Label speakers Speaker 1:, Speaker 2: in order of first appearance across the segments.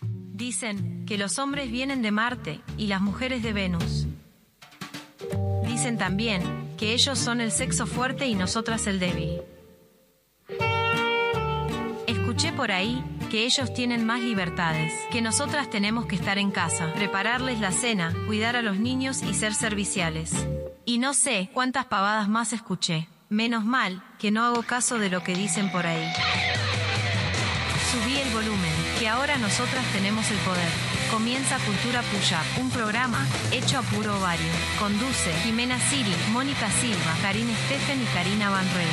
Speaker 1: Dicen que los hombres vienen de Marte y las mujeres de Venus. Dicen también que ellos son el sexo fuerte y nosotras el débil. Escuché por ahí que ellos tienen más libertades, que nosotras tenemos que estar en casa, prepararles la cena, cuidar a los niños y ser serviciales. Y no sé cuántas pavadas más escuché. Menos mal que no hago caso de lo que dicen por ahí. Subí el volumen, que ahora nosotras tenemos el poder. Comienza Cultura Puya, un programa hecho a puro ovario. Conduce Jimena Siri, Mónica Silva, Karina Steffen y Karina Van Rey.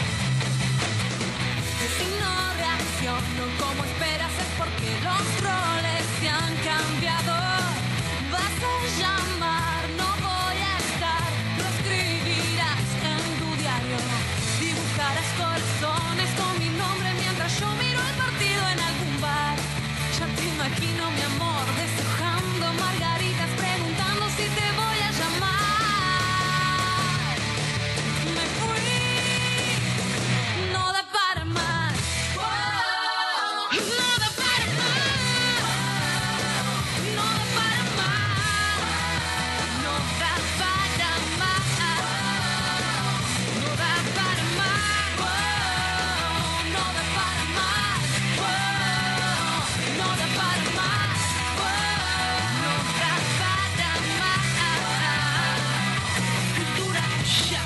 Speaker 2: signo reacciono como esperas es porque los roles se han cambiado. Vas a llamar, no voy a estar, lo escribirás en tu diario. Dibujarás corazones con mi nombre mientras yo miro el partido en algún bar. Ya te imagino mi amor deshojando margaritas preguntando si te voy a llamar. Me fui. No da para más. No da para más. No da para más. No da para más. No da para más. No da para más. No da para más. No da para más. Cultura ya.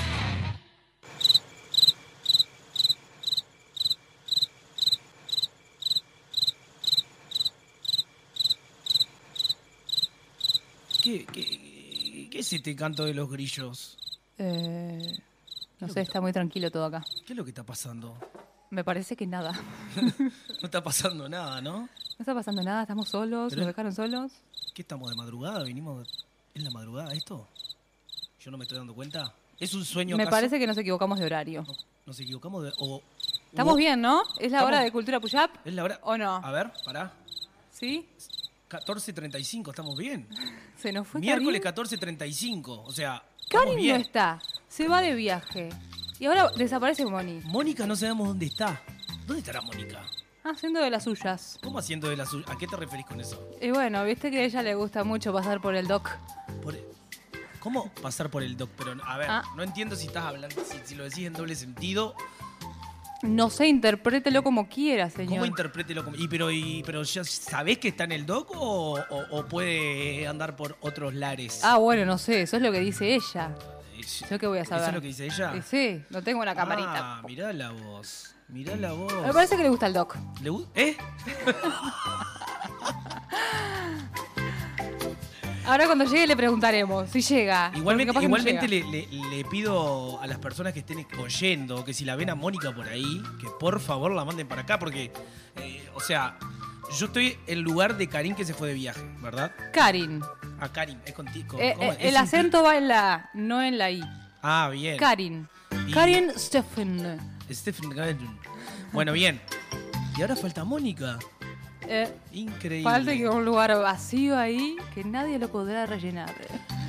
Speaker 3: ¿Qué, qué, qué es este canto de los grillos?
Speaker 4: Eh, no sé, está muy tranquilo todo acá.
Speaker 3: ¿Qué es lo que está pasando?
Speaker 4: Me parece que nada.
Speaker 3: No está pasando nada, ¿no?
Speaker 4: No está pasando nada, estamos solos,
Speaker 3: Pero-
Speaker 4: nos dejaron solos.
Speaker 3: ¿Qué estamos de madrugada? ¿Vinimos? ¿Es la madrugada esto? ¿Yo no me estoy dando cuenta? ¿Es un sueño
Speaker 4: Me
Speaker 3: acaso?
Speaker 4: parece que nos equivocamos de horario.
Speaker 3: No, ¿Nos equivocamos? De, o,
Speaker 4: Estamos
Speaker 3: o-
Speaker 4: bien, ¿no? ¿Es la
Speaker 3: Estamos-
Speaker 4: hora de Cultura Puyap?
Speaker 3: ¿Es la hora?
Speaker 4: ¿O no?
Speaker 3: A ver, pará.
Speaker 4: ¿Sí?
Speaker 3: 14.35, estamos bien.
Speaker 4: Se nos fue
Speaker 3: Miércoles
Speaker 4: Karin.
Speaker 3: 14.35, o sea, estamos
Speaker 4: Karin no
Speaker 3: bien.
Speaker 4: está. Se va de viaje. Y ahora desaparece Moni.
Speaker 3: Mónica no sabemos dónde está. ¿Dónde estará Mónica?
Speaker 4: Haciendo Ah, de las suyas.
Speaker 3: ¿Cómo haciendo de la suya? ¿A qué te referís con eso?
Speaker 4: Y bueno, viste que a ella le gusta mucho pasar por el doc.
Speaker 3: Por- ¿Cómo pasar por el doc? Pero, a ver,
Speaker 4: Ah.
Speaker 3: no entiendo si estás hablando, si, si lo decís en doble sentido,
Speaker 4: No sé, interprételo como quiera,
Speaker 3: ¿cómo
Speaker 4: señor.
Speaker 3: interprételo? como- Y pero, y pero ya sabés que está en el doc o, o- o puede andar por otros lares.
Speaker 4: Ah, bueno, no sé, eso es lo que dice ella.
Speaker 3: Es-
Speaker 4: ¿Yo qué voy a saber?
Speaker 3: ¿Eso es lo que dice ella?
Speaker 4: Y sí, no tengo una camarita.
Speaker 3: Ah, mirá la voz. Mirá la
Speaker 4: Me
Speaker 3: voz.
Speaker 4: parece que le gusta el doc.
Speaker 3: ¿Le gu- ¿Eh?
Speaker 4: Ahora cuando llegue le preguntaremos si llega.
Speaker 3: Igualmente,
Speaker 4: porque capaz que no
Speaker 3: igualmente
Speaker 4: llega.
Speaker 3: le, le- le pido a las personas que estén oyendo que si la ven a Mónica por ahí, que por favor la manden para acá, porque, eh, o sea, yo estoy en lugar de Karim que se fue de viaje, ¿verdad?
Speaker 4: Karin.
Speaker 3: A Karim, es contigo.
Speaker 4: Eh, eh, el acento va en la A, no en la I.
Speaker 3: Ah, bien.
Speaker 4: Karin.
Speaker 3: Y-
Speaker 4: Karin Steffen.
Speaker 3: Stephen Karim. Bueno, bien. Y ahora falta Mónica.
Speaker 4: Eh,
Speaker 3: Increíble.
Speaker 4: falta que un lugar vacío ahí que nadie lo podrá rellenar.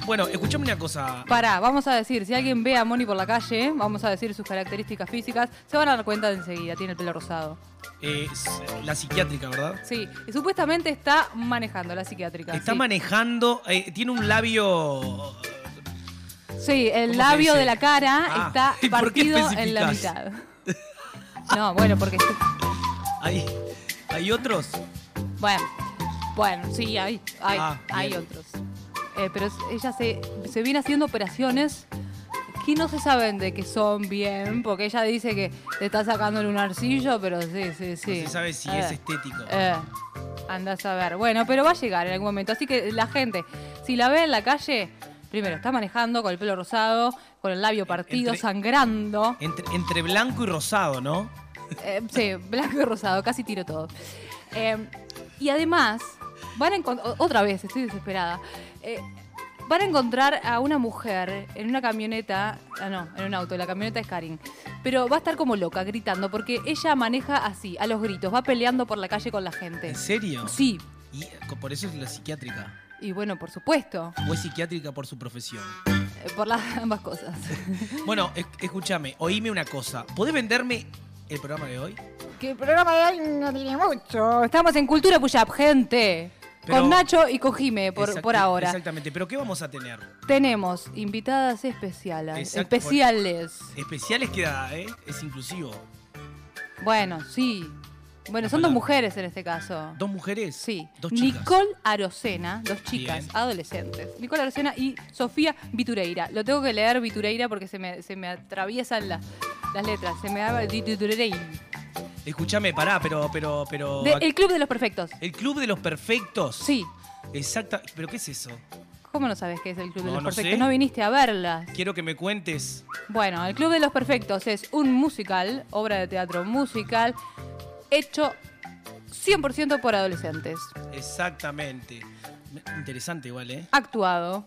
Speaker 3: Bueno, escuchame una cosa.
Speaker 4: Pará, vamos a decir, si alguien ve a Moni por la calle, vamos a decir sus características físicas, se van a dar cuenta de enseguida, tiene el pelo rosado.
Speaker 3: Eh, es la psiquiátrica, ¿verdad?
Speaker 4: Sí, y supuestamente está manejando la psiquiátrica.
Speaker 3: Está
Speaker 4: sí.
Speaker 3: manejando, eh, tiene un labio
Speaker 4: Sí,
Speaker 3: ¿Cómo
Speaker 4: el
Speaker 3: se
Speaker 4: labio
Speaker 3: dice?
Speaker 4: de la cara
Speaker 3: Ah, ¿y
Speaker 4: está
Speaker 3: por qué
Speaker 4: partido en la mitad.
Speaker 3: especificás?
Speaker 4: No, bueno, porque.
Speaker 3: Hay, hay otros.
Speaker 4: Bueno, bueno, sí, hay, hay,
Speaker 3: Ah,
Speaker 4: hay
Speaker 3: bien.
Speaker 4: otros. Eh, pero ella se, se viene haciendo operaciones que no se saben de que son bien, porque ella dice que te está sacando un arcillo, pero sí, sí, sí.
Speaker 3: No se sabe si
Speaker 4: Eh,
Speaker 3: es estético.
Speaker 4: Eh, anda a saber. Bueno, pero va a llegar en algún momento. Así que la gente, si la ve en la calle, primero está manejando con el pelo rosado, con el labio partido,
Speaker 3: entre-
Speaker 4: sangrando.
Speaker 3: Entre, entre blanco y rosado, ¿no?
Speaker 4: Eh, sí, blanco y rosado, casi tiro todo. Eh, y además, van a encontrar, otra vez, estoy desesperada, Eh, van a encontrar a una mujer en una camioneta, ah, no, en un auto, la camioneta es Karin, pero va a estar como loca, gritando, porque ella maneja así, a los gritos, va peleando por la calle con la gente.
Speaker 3: ¿En serio?
Speaker 4: Sí,
Speaker 3: Y co- por eso es la psiquiátrica.
Speaker 4: y bueno, por supuesto,
Speaker 3: O es psiquiátrica por su profesión.
Speaker 4: eh, por las ambas cosas.
Speaker 3: Bueno, es- escúchame, oíme una cosa. ¿Podés venderme el programa de hoy?
Speaker 4: que el programa de hoy no tiene mucho. Estamos en Cultura Puyap, gente.
Speaker 3: Pero-
Speaker 4: con Nacho y con Jime Eh, por,
Speaker 3: Exacti-
Speaker 4: por ahora.
Speaker 3: Exactamente, pero ¿qué vamos a tener?
Speaker 4: Tenemos invitadas especiales.
Speaker 3: Exacto, por-
Speaker 4: especiales.
Speaker 3: Especiales queda, ¿eh? Es inclusivo.
Speaker 4: Bueno, sí. Bueno,
Speaker 3: La
Speaker 4: son dos
Speaker 3: palabra.
Speaker 4: mujeres en este caso.
Speaker 3: ¿Dos mujeres?
Speaker 4: Sí.
Speaker 3: Dos chicas.
Speaker 4: Nicole Arocena, dos chicas,
Speaker 3: Bien.
Speaker 4: adolescentes. Nicole Arocena y Sofía Vitureira. Lo tengo que leer Vitureira porque se me, se me atraviesan las, las letras. Se me da Vitureira.
Speaker 3: Escúchame, pará, pero, pero, pero.
Speaker 4: De el Club de los Perfectos.
Speaker 3: El Club de los Perfectos.
Speaker 4: Sí.
Speaker 3: Exacta. ¿Pero qué es eso?
Speaker 4: ¿Cómo no sabes qué es el Club de
Speaker 3: No,
Speaker 4: los
Speaker 3: no
Speaker 4: Perfectos?
Speaker 3: sé.
Speaker 4: No viniste a verlas.
Speaker 3: Quiero que me cuentes.
Speaker 4: Bueno, El Club de los Perfectos es un musical, obra de teatro musical, hecho 100% por adolescentes.
Speaker 3: Exactamente. Me- Interesante igual, ¿eh?
Speaker 4: Actuado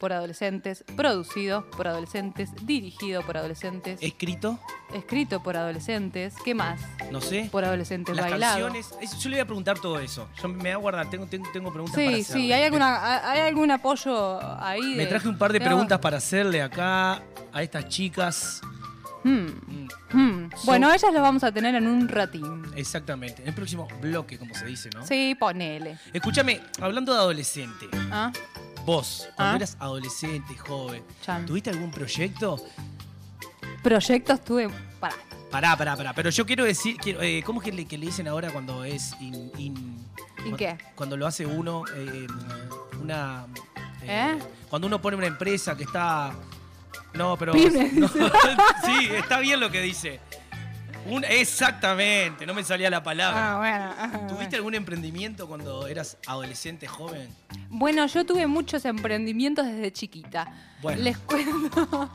Speaker 4: por adolescentes, producido por adolescentes, dirigido por adolescentes,
Speaker 3: Escrito,
Speaker 4: escrito por adolescentes, ¿qué más?
Speaker 3: no sé.
Speaker 4: Por adolescentes
Speaker 3: Las
Speaker 4: bailado.
Speaker 3: canciones. Es- yo le voy a preguntar todo eso. Yo me voy a guardar, tengo, tengo, tengo preguntas para
Speaker 4: Sí,
Speaker 3: hacer.
Speaker 4: sí, hay alguna hay algún apoyo ahí
Speaker 3: Me
Speaker 4: de-
Speaker 3: traje un par de
Speaker 4: No.
Speaker 3: preguntas para hacerle acá a estas chicas.
Speaker 4: Mm,
Speaker 3: Mm,
Speaker 4: mm.
Speaker 3: So-
Speaker 4: Bueno, ellas las vamos a tener en un ratín.
Speaker 3: Exactamente. En el próximo bloque, como se dice, ¿no?
Speaker 4: Sí, ponele.
Speaker 3: Escúchame, hablando de adolescente,
Speaker 4: ¿Ah?
Speaker 3: vos, cuando
Speaker 4: Ah.
Speaker 3: eras adolescente, joven,
Speaker 4: Chan.
Speaker 3: ¿tuviste algún proyecto?
Speaker 4: Proyectos tuve para
Speaker 3: Pará, pará, pará. Pero yo quiero decir, quiero, eh, ¿cómo es que le, que le dicen ahora cuando es in, in-
Speaker 4: ¿In
Speaker 3: cuan-
Speaker 4: qué?
Speaker 3: Cuando lo hace uno, eh, una...
Speaker 4: ¿Eh?
Speaker 3: Cuando uno pone una empresa que está... No, pero...
Speaker 4: Pyme,
Speaker 3: no, sí, está bien lo que dice. Un- exactamente, no me salía la palabra.
Speaker 4: Ah, bueno.
Speaker 3: ¿Tuviste algún emprendimiento cuando eras adolescente, joven?
Speaker 4: Bueno, yo tuve muchos emprendimientos desde chiquita.
Speaker 3: Bueno.
Speaker 4: Les cuento.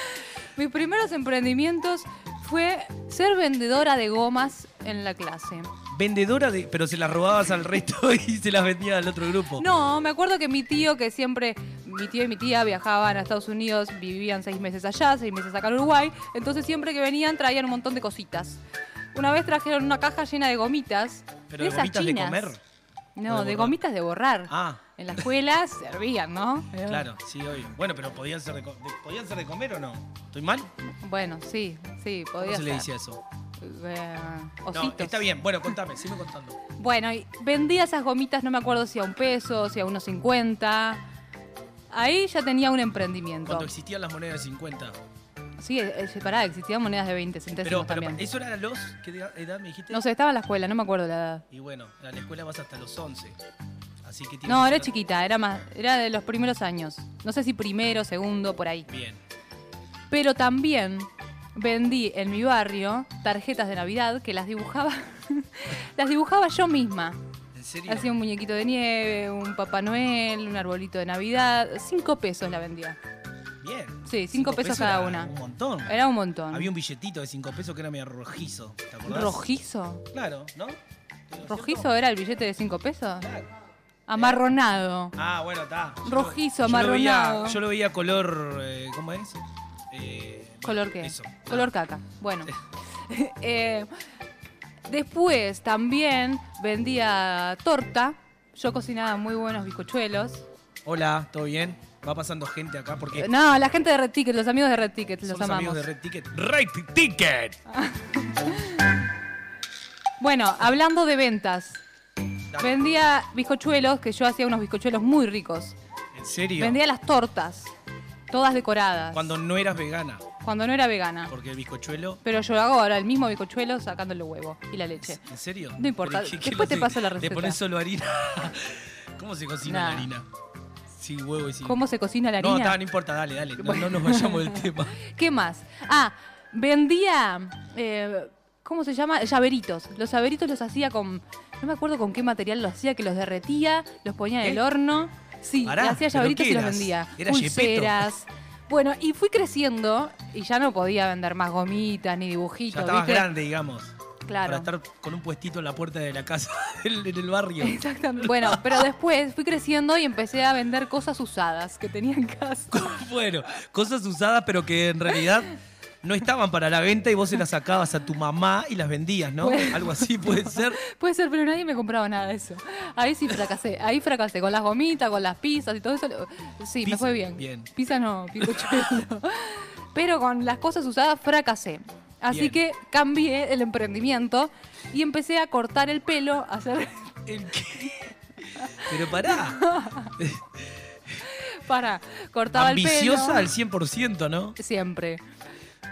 Speaker 4: Mis primeros emprendimientos fue ser vendedora de gomas en la clase.
Speaker 3: Vendedora de. Pero se las robabas al resto y se las vendías al otro grupo.
Speaker 4: No, me acuerdo que mi tío, que siempre, mi tío y mi tía viajaban a Estados Unidos, vivían seis meses allá, seis meses acá en Uruguay, entonces siempre que venían traían un montón de cositas. Una vez trajeron una caja llena de gomitas.
Speaker 3: Pero de
Speaker 4: esas
Speaker 3: gomitas de
Speaker 4: chinas.
Speaker 3: comer.
Speaker 4: No,
Speaker 3: ¿O de
Speaker 4: de
Speaker 3: borrar?
Speaker 4: gomitas de borrar.
Speaker 3: Ah,
Speaker 4: En la escuela servían, ¿no? Eh,
Speaker 3: claro, sí, obvio. Bueno, pero podían ser de, co- de- podían ser de comer o no. ¿Estoy mal? ¿Cómo
Speaker 4: Bueno, sí, sí, podía
Speaker 3: se le
Speaker 4: ser.
Speaker 3: dice eso?
Speaker 4: Eh,
Speaker 3: No,
Speaker 4: ositos.
Speaker 3: está bien. Bueno, contame, sigo contando.
Speaker 4: Bueno, y vendía esas gomitas, no me acuerdo si a un peso, si a unos 50. Ahí ya tenía un emprendimiento.
Speaker 3: Cuando existían las monedas de 50.
Speaker 4: Sí, eh, eh, pará, existían monedas de 20 centésimos
Speaker 3: Pero, pero
Speaker 4: también.
Speaker 3: ¿eso era a los? ¿Qué edad edad me dijiste?
Speaker 4: No sé, estaba en la escuela, no me acuerdo la edad.
Speaker 3: Y bueno, a la escuela vas hasta los 11. Así que tienes
Speaker 4: No,
Speaker 3: que
Speaker 4: era
Speaker 3: estar-
Speaker 4: chiquita, era más, era de los primeros años. No sé si primero, segundo, por ahí.
Speaker 3: Bien.
Speaker 4: Pero también vendí en mi barrio tarjetas de Navidad que las dibujaba, las dibujaba yo misma.
Speaker 3: ¿En serio?
Speaker 4: Hacía un muñequito de nieve, un Papá Noel, un arbolito de Navidad. Cinco pesos la vendía.
Speaker 3: Bien.
Speaker 4: Sí, cinco pesos cada
Speaker 3: era
Speaker 4: una.
Speaker 3: Un montón.
Speaker 4: Era un montón.
Speaker 3: Había un billetito de 5 pesos que era medio rojizo. ¿Te acordás?
Speaker 4: ¿Rojizo?
Speaker 3: Claro, ¿no?
Speaker 4: ¿Rojizo era el billete de cinco pesos?
Speaker 3: Claro.
Speaker 4: Amarronado.
Speaker 3: Ah, bueno, está. Yo
Speaker 4: Rojizo,
Speaker 3: lo- yo lo veía-
Speaker 4: amarronado.
Speaker 3: Yo lo veía color. eh, ¿Cómo es? Eh, bueno,
Speaker 4: ¿Color qué?
Speaker 3: Eso.
Speaker 4: Color caca. Bueno. Eh, después también vendía torta. Yo cocinaba muy buenos bizcochuelos.
Speaker 3: Hola, ¿todo bien? Va pasando gente acá porque.
Speaker 4: No, la gente de Red Ticket, los amigos de Red Ticket, los
Speaker 3: somos
Speaker 4: amamos.
Speaker 3: Eh. amigos de Red Ticket. ¡Red Ticket!
Speaker 4: Bueno, hablando de ventas.
Speaker 3: Dale.
Speaker 4: Vendía bizcochuelos, que yo hacía unos bizcochuelos muy ricos.
Speaker 3: ¿En serio?
Speaker 4: Vendía las tortas, todas decoradas.
Speaker 3: Cuando no eras vegana,
Speaker 4: Cuando no era vegana.
Speaker 3: porque el bizcochuelo.
Speaker 4: Pero yo hago ahora el mismo bizcochuelo sacándole huevo y la leche.
Speaker 3: ¿En serio?
Speaker 4: No importa,
Speaker 3: Pero, ¿qué- qué
Speaker 4: después
Speaker 3: le
Speaker 4: te
Speaker 3: haces?
Speaker 4: paso la
Speaker 3: Le
Speaker 4: receta.
Speaker 3: pones solo harina. ¿Cómo se cocina
Speaker 4: Nah.
Speaker 3: la harina? Sin huevo y sin.
Speaker 4: ¿Cómo se cocina la
Speaker 3: No,
Speaker 4: harina?
Speaker 3: está, no importa, dale, dale. No, no nos vayamos del tema.
Speaker 4: ¿Qué más? Ah, vendía. eh, ¿Cómo se llama? Llaveritos. Los llaveritos los hacía con. No me acuerdo con qué material los hacía, que los derretía, los ponía en el
Speaker 3: ¿Eh?
Speaker 4: horno. Sí,
Speaker 3: Pará,
Speaker 4: le hacía
Speaker 3: ¿pero
Speaker 4: llaveritos
Speaker 3: qué
Speaker 4: y los
Speaker 3: eras?
Speaker 4: vendía.
Speaker 3: ¿Eras
Speaker 4: Pulseras. Bueno, y fui creciendo y ya no podía vender más gomitas ni dibujitos.
Speaker 3: Ya estabas
Speaker 4: ¿viste?
Speaker 3: grande, digamos.
Speaker 4: Claro.
Speaker 3: Para estar con un puestito en la puerta de la casa en en el barrio.
Speaker 4: Exactamente. Bueno, pero después fui creciendo y empecé a vender cosas usadas que tenía en casa.
Speaker 3: Bueno, cosas usadas, pero que en realidad no estaban para la venta y vos se las sacabas a tu mamá y las vendías, ¿no?
Speaker 4: Bueno.
Speaker 3: Algo así puede ser.
Speaker 4: Puede ser, pero nadie me compraba nada de eso. Ahí sí fracasé. Ahí fracasé. Con las gomitas, con las pizzas y todo eso. lo- Sí, me
Speaker 3: Pizza,
Speaker 4: fue bien.
Speaker 3: bien.
Speaker 4: Pizza no, picochuelo. pero con las cosas usadas fracasé. Así
Speaker 3: Bien.
Speaker 4: que cambié el emprendimiento y empecé a cortar el pelo, a hacer
Speaker 3: El que- Pero pará.
Speaker 4: Para, cortaba
Speaker 3: ambiciosa
Speaker 4: el
Speaker 3: al 100%, ¿no?
Speaker 4: pelo. Siempre.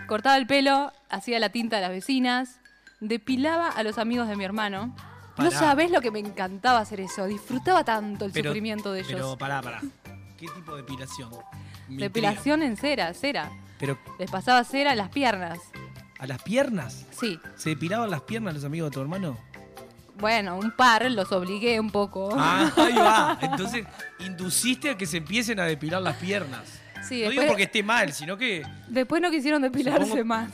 Speaker 4: Cortaba el pelo, hacía la tinta de las vecinas, depilaba a los amigos de mi hermano. No
Speaker 3: Pará.
Speaker 4: sabés lo que me encantaba hacer eso. Disfrutaba tanto el sufrimiento de ellos.
Speaker 3: Pero pará, pará. ¿Qué tipo de depilación? Me
Speaker 4: Depilación en cera, cera.
Speaker 3: intriga. Pero
Speaker 4: Les pasaba cera en las piernas.
Speaker 3: a las piernas.
Speaker 4: Sí.
Speaker 3: ¿Se depilaban las piernas los amigos de tu hermano?
Speaker 4: Bueno, un par, los obligué un poco.
Speaker 3: Ah, ahí va. Entonces, induciste a que se empiecen a depilar las piernas.
Speaker 4: Sí,
Speaker 3: no
Speaker 4: después-
Speaker 3: digo porque esté mal, sino que.
Speaker 4: Después no quisieron depilarse
Speaker 3: Supongo-
Speaker 4: más.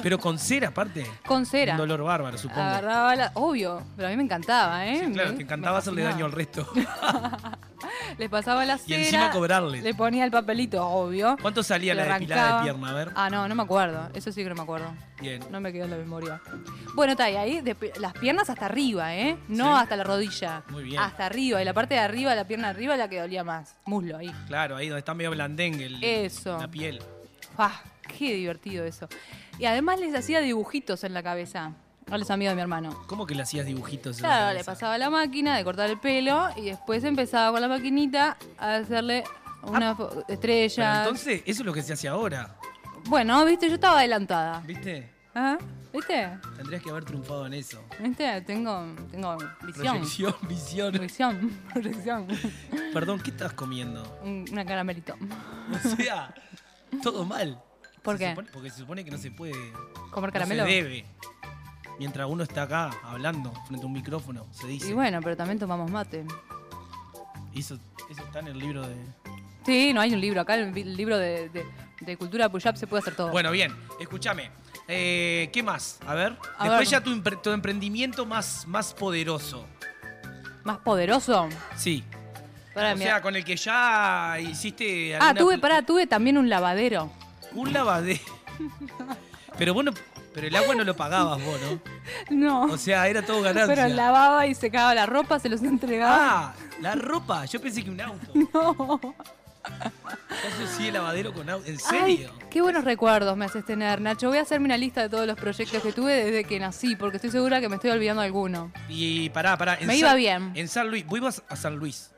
Speaker 3: Pero con cera, aparte.
Speaker 4: Con cera.
Speaker 3: Un dolor bárbaro, supongo.
Speaker 4: Agarraba la. Obvio, pero a mí me encantaba, ¿eh?
Speaker 3: Sí, claro,
Speaker 4: Me-
Speaker 3: te encantaba
Speaker 4: me
Speaker 3: hacerle
Speaker 4: fascinaba.
Speaker 3: daño al resto.
Speaker 4: Les pasaba la
Speaker 3: Y
Speaker 4: cera.
Speaker 3: encima cobrarles.
Speaker 4: Le ponía el papelito, obvio.
Speaker 3: ¿Cuánto salía
Speaker 4: le
Speaker 3: la depilada
Speaker 4: arrancaba.
Speaker 3: de pierna? A ver.
Speaker 4: Ah, no, no me acuerdo. Eso sí que no me acuerdo.
Speaker 3: Bien.
Speaker 4: No me quedó en la memoria. Bueno, está ahí, ahí de- las piernas hasta arriba, ¿eh? No
Speaker 3: Sí.
Speaker 4: hasta la rodilla.
Speaker 3: Muy bien.
Speaker 4: Hasta arriba. Y la parte de arriba, la pierna arriba, la que dolía más. Muslo ahí.
Speaker 3: Claro, ahí donde está medio blandengue el-
Speaker 4: Eso.
Speaker 3: la piel.
Speaker 4: ¡Ah! ¡Qué divertido eso! Y además les hacía dibujitos en la cabeza a los amigos de mi hermano.
Speaker 3: ¿Cómo que le hacías dibujitos? en la
Speaker 4: Claro, le
Speaker 3: cabeza?
Speaker 4: pasaba la máquina de cortar el pelo y después empezaba con la maquinita a hacerle una fo-
Speaker 3: Ah. Pero
Speaker 4: estrella.
Speaker 3: entonces, eso es lo que se hace ahora.
Speaker 4: Bueno, viste, yo estaba adelantada.
Speaker 3: ¿Viste?
Speaker 4: ¿Ah? ¿Viste?
Speaker 3: Tendrías que haber triunfado en eso.
Speaker 4: ¿Viste? Tengo, tengo visión.
Speaker 3: Proyección, visión.
Speaker 4: Visión, proyección.
Speaker 3: Perdón, ¿qué estás comiendo?
Speaker 4: Un una caramelito.
Speaker 3: O sea, todo mal.
Speaker 4: ¿Por
Speaker 3: Se
Speaker 4: qué?
Speaker 3: supone- porque se supone que no se puede.
Speaker 4: ¿Comer
Speaker 3: No se
Speaker 4: caramelo?
Speaker 3: debe. Mientras uno está acá hablando frente a un micrófono, se dice.
Speaker 4: y bueno, pero también tomamos mate.
Speaker 3: Y Eso, eso está en el libro de.
Speaker 4: Sí, no hay un libro. Acá el, vi- el libro de, de- de cultura Puyap se puede hacer todo.
Speaker 3: Bueno, bien, escúchame. Eh, ¿Qué más? A ver.
Speaker 4: A
Speaker 3: Después
Speaker 4: ver.
Speaker 3: ya tu, empre- tu emprendimiento más, más poderoso.
Speaker 4: Más poderoso.
Speaker 3: Sí.
Speaker 4: Pará,
Speaker 3: o
Speaker 4: mira.
Speaker 3: sea, con el que ya hiciste.
Speaker 4: ah,
Speaker 3: alguna
Speaker 4: tuve,
Speaker 3: pl-
Speaker 4: pará, tuve también un lavadero.
Speaker 3: Un lavadero. Pero bueno, pero el agua no lo pagabas vos, ¿no?
Speaker 4: No.
Speaker 3: O sea, era todo ganancia.
Speaker 4: Pero lavaba y secaba la ropa, se los entregaba.
Speaker 3: Ah, la ropa. Yo pensé que un auto.
Speaker 4: No.
Speaker 3: Yo asocié lavadero con auto. ¿En
Speaker 4: Ay,
Speaker 3: serio?
Speaker 4: qué buenos recuerdos me haces tener, Nacho. Voy a hacerme una lista de todos los proyectos que tuve desde que nací, porque estoy segura que me estoy olvidando de alguno.
Speaker 3: Y pará, pará. en
Speaker 4: Me
Speaker 3: San-
Speaker 4: iba bien.
Speaker 3: En San Luis. Vos ibas a San Luis.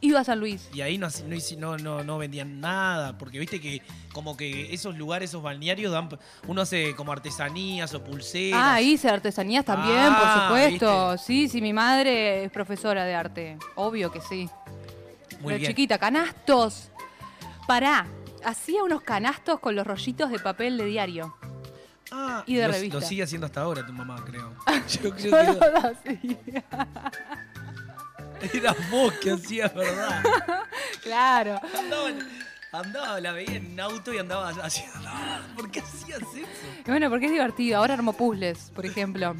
Speaker 4: Iba a San Luis.
Speaker 3: Y ahí no, hace- no, hice- no, no, no vendían nada, porque viste que como que esos lugares, esos balnearios, dan, uno hace como artesanías o pulseras.
Speaker 4: Ah, hice artesanías también,
Speaker 3: Ah,
Speaker 4: por supuesto. Sí, sí, mi madre es profesora de arte. Obvio que sí.
Speaker 3: Muy
Speaker 4: Pero
Speaker 3: bien.
Speaker 4: chiquita, canastos. Pará, hacía unos canastos con los rollitos de papel de diario.
Speaker 3: Ah,
Speaker 4: y de
Speaker 3: lo,
Speaker 4: revista.
Speaker 3: Lo sigue haciendo hasta ahora tu mamá, creo. Yo creo
Speaker 4: Yo
Speaker 3: que
Speaker 4: los hacía.
Speaker 3: era vos que hacías, ¿verdad?
Speaker 4: Claro.
Speaker 3: Andaba, andaba, la veía en un auto y andaba haciendo. ¿Por qué hacías eso?
Speaker 4: Y Bueno, porque es divertido. Ahora armo puzzles, por ejemplo.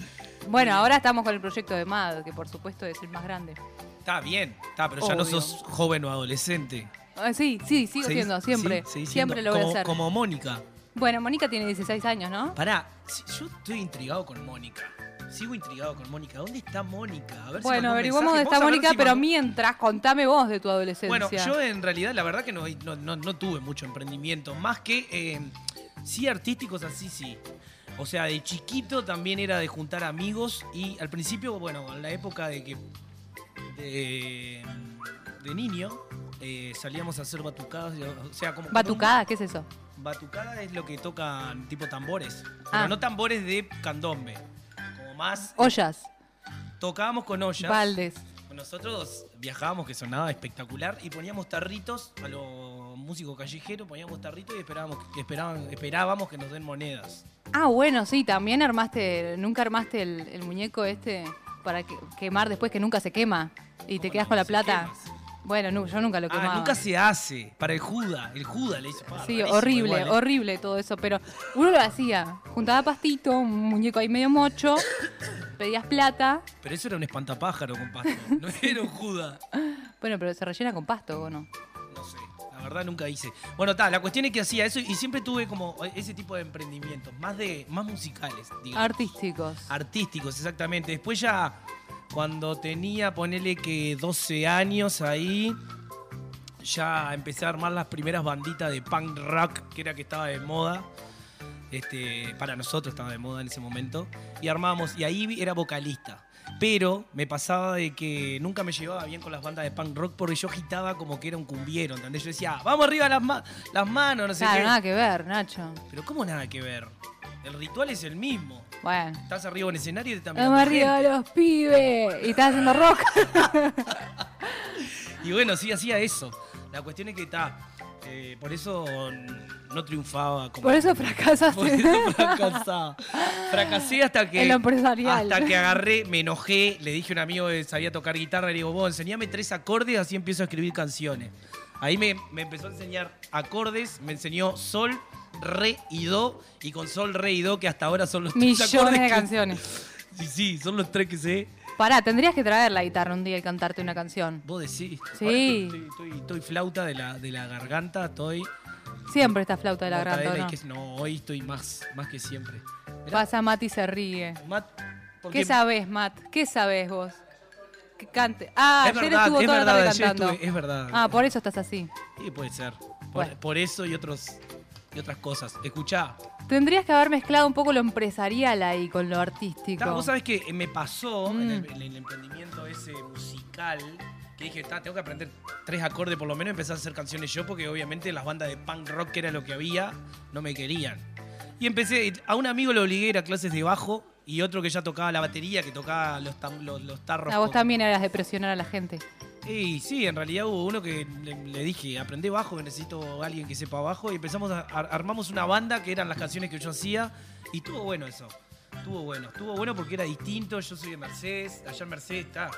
Speaker 4: Bueno, ahora estamos con el proyecto de MAD, que por supuesto es el más grande.
Speaker 3: Está bien, está, pero ya no
Speaker 4: Obvio.
Speaker 3: sos joven o adolescente.
Speaker 4: Ah, Sí, sí, sigo
Speaker 3: Seguís-
Speaker 4: siendo, siempre.
Speaker 3: sí, seguís
Speaker 4: siempre
Speaker 3: siendo
Speaker 4: lo voy
Speaker 3: como-
Speaker 4: a hacer.
Speaker 3: Como Mónica.
Speaker 4: Bueno, Mónica tiene 16 años, ¿no?
Speaker 3: Pará, si- yo estoy intrigado con Mónica. Sigo intrigado con Mónica. ¿Dónde está Mónica? A ver si mandó
Speaker 4: Bueno,
Speaker 3: un
Speaker 4: averiguamos dónde
Speaker 3: mensaje.
Speaker 4: está
Speaker 3: Vamos a ver
Speaker 4: Mónica,
Speaker 3: si
Speaker 4: pero
Speaker 3: mandó-
Speaker 4: mientras, contame vos de tu adolescencia.
Speaker 3: Bueno, yo en realidad, la verdad que no, no- no- no tuve mucho emprendimiento. Más que, eh, sí, artísticos así, sí. O sea, de chiquito también era de juntar amigos. Y al principio, bueno, en la época de que... De, de niño... eh, salíamos a hacer batucadas, o sea, como
Speaker 4: ¿Batucada? ¿Qué es eso?
Speaker 3: Batucada es lo que tocan tipo tambores.
Speaker 4: Ah.
Speaker 3: Pero no tambores de candombe. Como más
Speaker 4: Ollas,
Speaker 3: tocábamos con ollas.
Speaker 4: baldes.
Speaker 3: Nosotros viajábamos, que sonaba espectacular, y poníamos tarritos a los músicos callejeros, poníamos tarritos y esperábamos que, esperaban, esperábamos que nos den monedas.
Speaker 4: Ah, bueno, sí, también armaste, nunca armaste el, el muñeco este para que- quemar después que nunca se quema y te
Speaker 3: ¿Cómo
Speaker 4: quedas
Speaker 3: no?
Speaker 4: con la
Speaker 3: Se
Speaker 4: plata.
Speaker 3: quema.
Speaker 4: Bueno, nu- yo nunca lo quemaba.
Speaker 3: Ah, nunca se hace. Para el Juda. El Juda le hizo. pa,
Speaker 4: Sí,
Speaker 3: rarísimo
Speaker 4: horrible,
Speaker 3: igual, ¿eh?
Speaker 4: horrible todo eso, pero uno lo hacía. Juntaba pastito, un muñeco ahí medio mocho, pedías plata,
Speaker 3: Pero eso era un espantapájaro, compadre. No era un Juda.
Speaker 4: bueno, pero se rellena con pasto, ¿o no?
Speaker 3: No sé, la verdad nunca hice. Bueno, tal, la cuestión es que hacía eso y siempre tuve como ese tipo de emprendimientos, más de más musicales, digamos.
Speaker 4: Artísticos.
Speaker 3: Artísticos, exactamente. Después ya cuando tenía, ponele que 12 años ahí, ya empecé a armar las primeras banditas de punk rock, que era que estaba de moda. Este, para nosotros estaba de moda en ese momento. Y armábamos, y ahí era vocalista. Pero me pasaba de que nunca me llevaba bien con las bandas de punk rock porque yo agitaba como que era un cumbiero, ¿entendés? Yo decía, vamos arriba las, ma- las manos, no sé
Speaker 4: Claro,
Speaker 3: qué.
Speaker 4: nada que ver, Nacho.
Speaker 3: Pero ¿cómo nada que ver? El ritual es el mismo.
Speaker 4: Bueno.
Speaker 3: Estás arriba en el escenario y te están mirando
Speaker 4: Vamos arriba
Speaker 3: gente.
Speaker 4: los pibes. Y estás haciendo rock.
Speaker 3: Y bueno, sí hacía eso. La cuestión es que está. eh, por eso mm, no triunfaba como.
Speaker 4: Por eso
Speaker 3: Por
Speaker 4: fracasaste.
Speaker 3: eso fracasaba. Fracasé hasta que.
Speaker 4: En lo empresarial.
Speaker 3: Hasta que agarré, me enojé, le dije a un amigo que sabía tocar guitarra, le digo, vos enseñame tres acordes, así empiezo a escribir canciones. Ahí me, me empezó a enseñar acordes, me enseñó sol, re y do, y con sol, re y do, que hasta ahora son los tres acordes.
Speaker 4: Millones de
Speaker 3: que-
Speaker 4: canciones.
Speaker 3: Sí, sí, son los tres que sé.
Speaker 4: Pará, tendrías que traer la guitarra un día y cantarte una canción.
Speaker 3: Vos
Speaker 4: Sí.
Speaker 3: decís. Ahora Estoy, estoy- estoy- estoy flauta de la, de la garganta, estoy.
Speaker 4: Siempre está flauta de la
Speaker 3: mortadela
Speaker 4: grandona.
Speaker 3: y que- no, hoy estoy más, más que siempre. Mirá,
Speaker 4: Pasa Matt y se ríe.
Speaker 3: Matt, porque-
Speaker 4: ¿Qué sabes, Matt? ¿Qué sabes vos? Que cante. Ah,
Speaker 3: es
Speaker 4: ayer
Speaker 3: verdad,
Speaker 4: estuvo
Speaker 3: es
Speaker 4: toda
Speaker 3: verdad,
Speaker 4: la tarde
Speaker 3: ayer
Speaker 4: cantando.
Speaker 3: estuve- es verdad.
Speaker 4: Ah, por eso estás así.
Speaker 3: Sí, puede ser. Por,
Speaker 4: Bueno.
Speaker 3: por eso y otros y otras cosas. Escuchá,
Speaker 4: Tendrías que haber mezclado un poco lo empresarial ahí con lo artístico.
Speaker 3: ta, vos sabés que eh, me pasó en, el,
Speaker 4: Mm.
Speaker 3: en el emprendimiento ese musical que dije, "Ta, tengo que aprender tres acordes por lo menos y empezar a hacer canciones yo porque obviamente las bandas de punk rock que era lo que había no me querían. Y empecé, a un amigo lo obligué a ir a clases de bajo y otro que ya tocaba la batería, que tocaba los, tam- los, los tarros.
Speaker 4: A Ah, vos
Speaker 3: con-
Speaker 4: también eras de presionar a la gente.
Speaker 3: Y sí, en realidad hubo uno que le, le dije, aprendé bajo, que necesito a alguien que sepa bajo. Y empezamos a, ar- armamos una banda que eran las canciones que yo hacía. Y estuvo bueno eso. Estuvo bueno. Estuvo bueno porque era distinto. Yo soy de Mercedes. Allá en Mercedes está.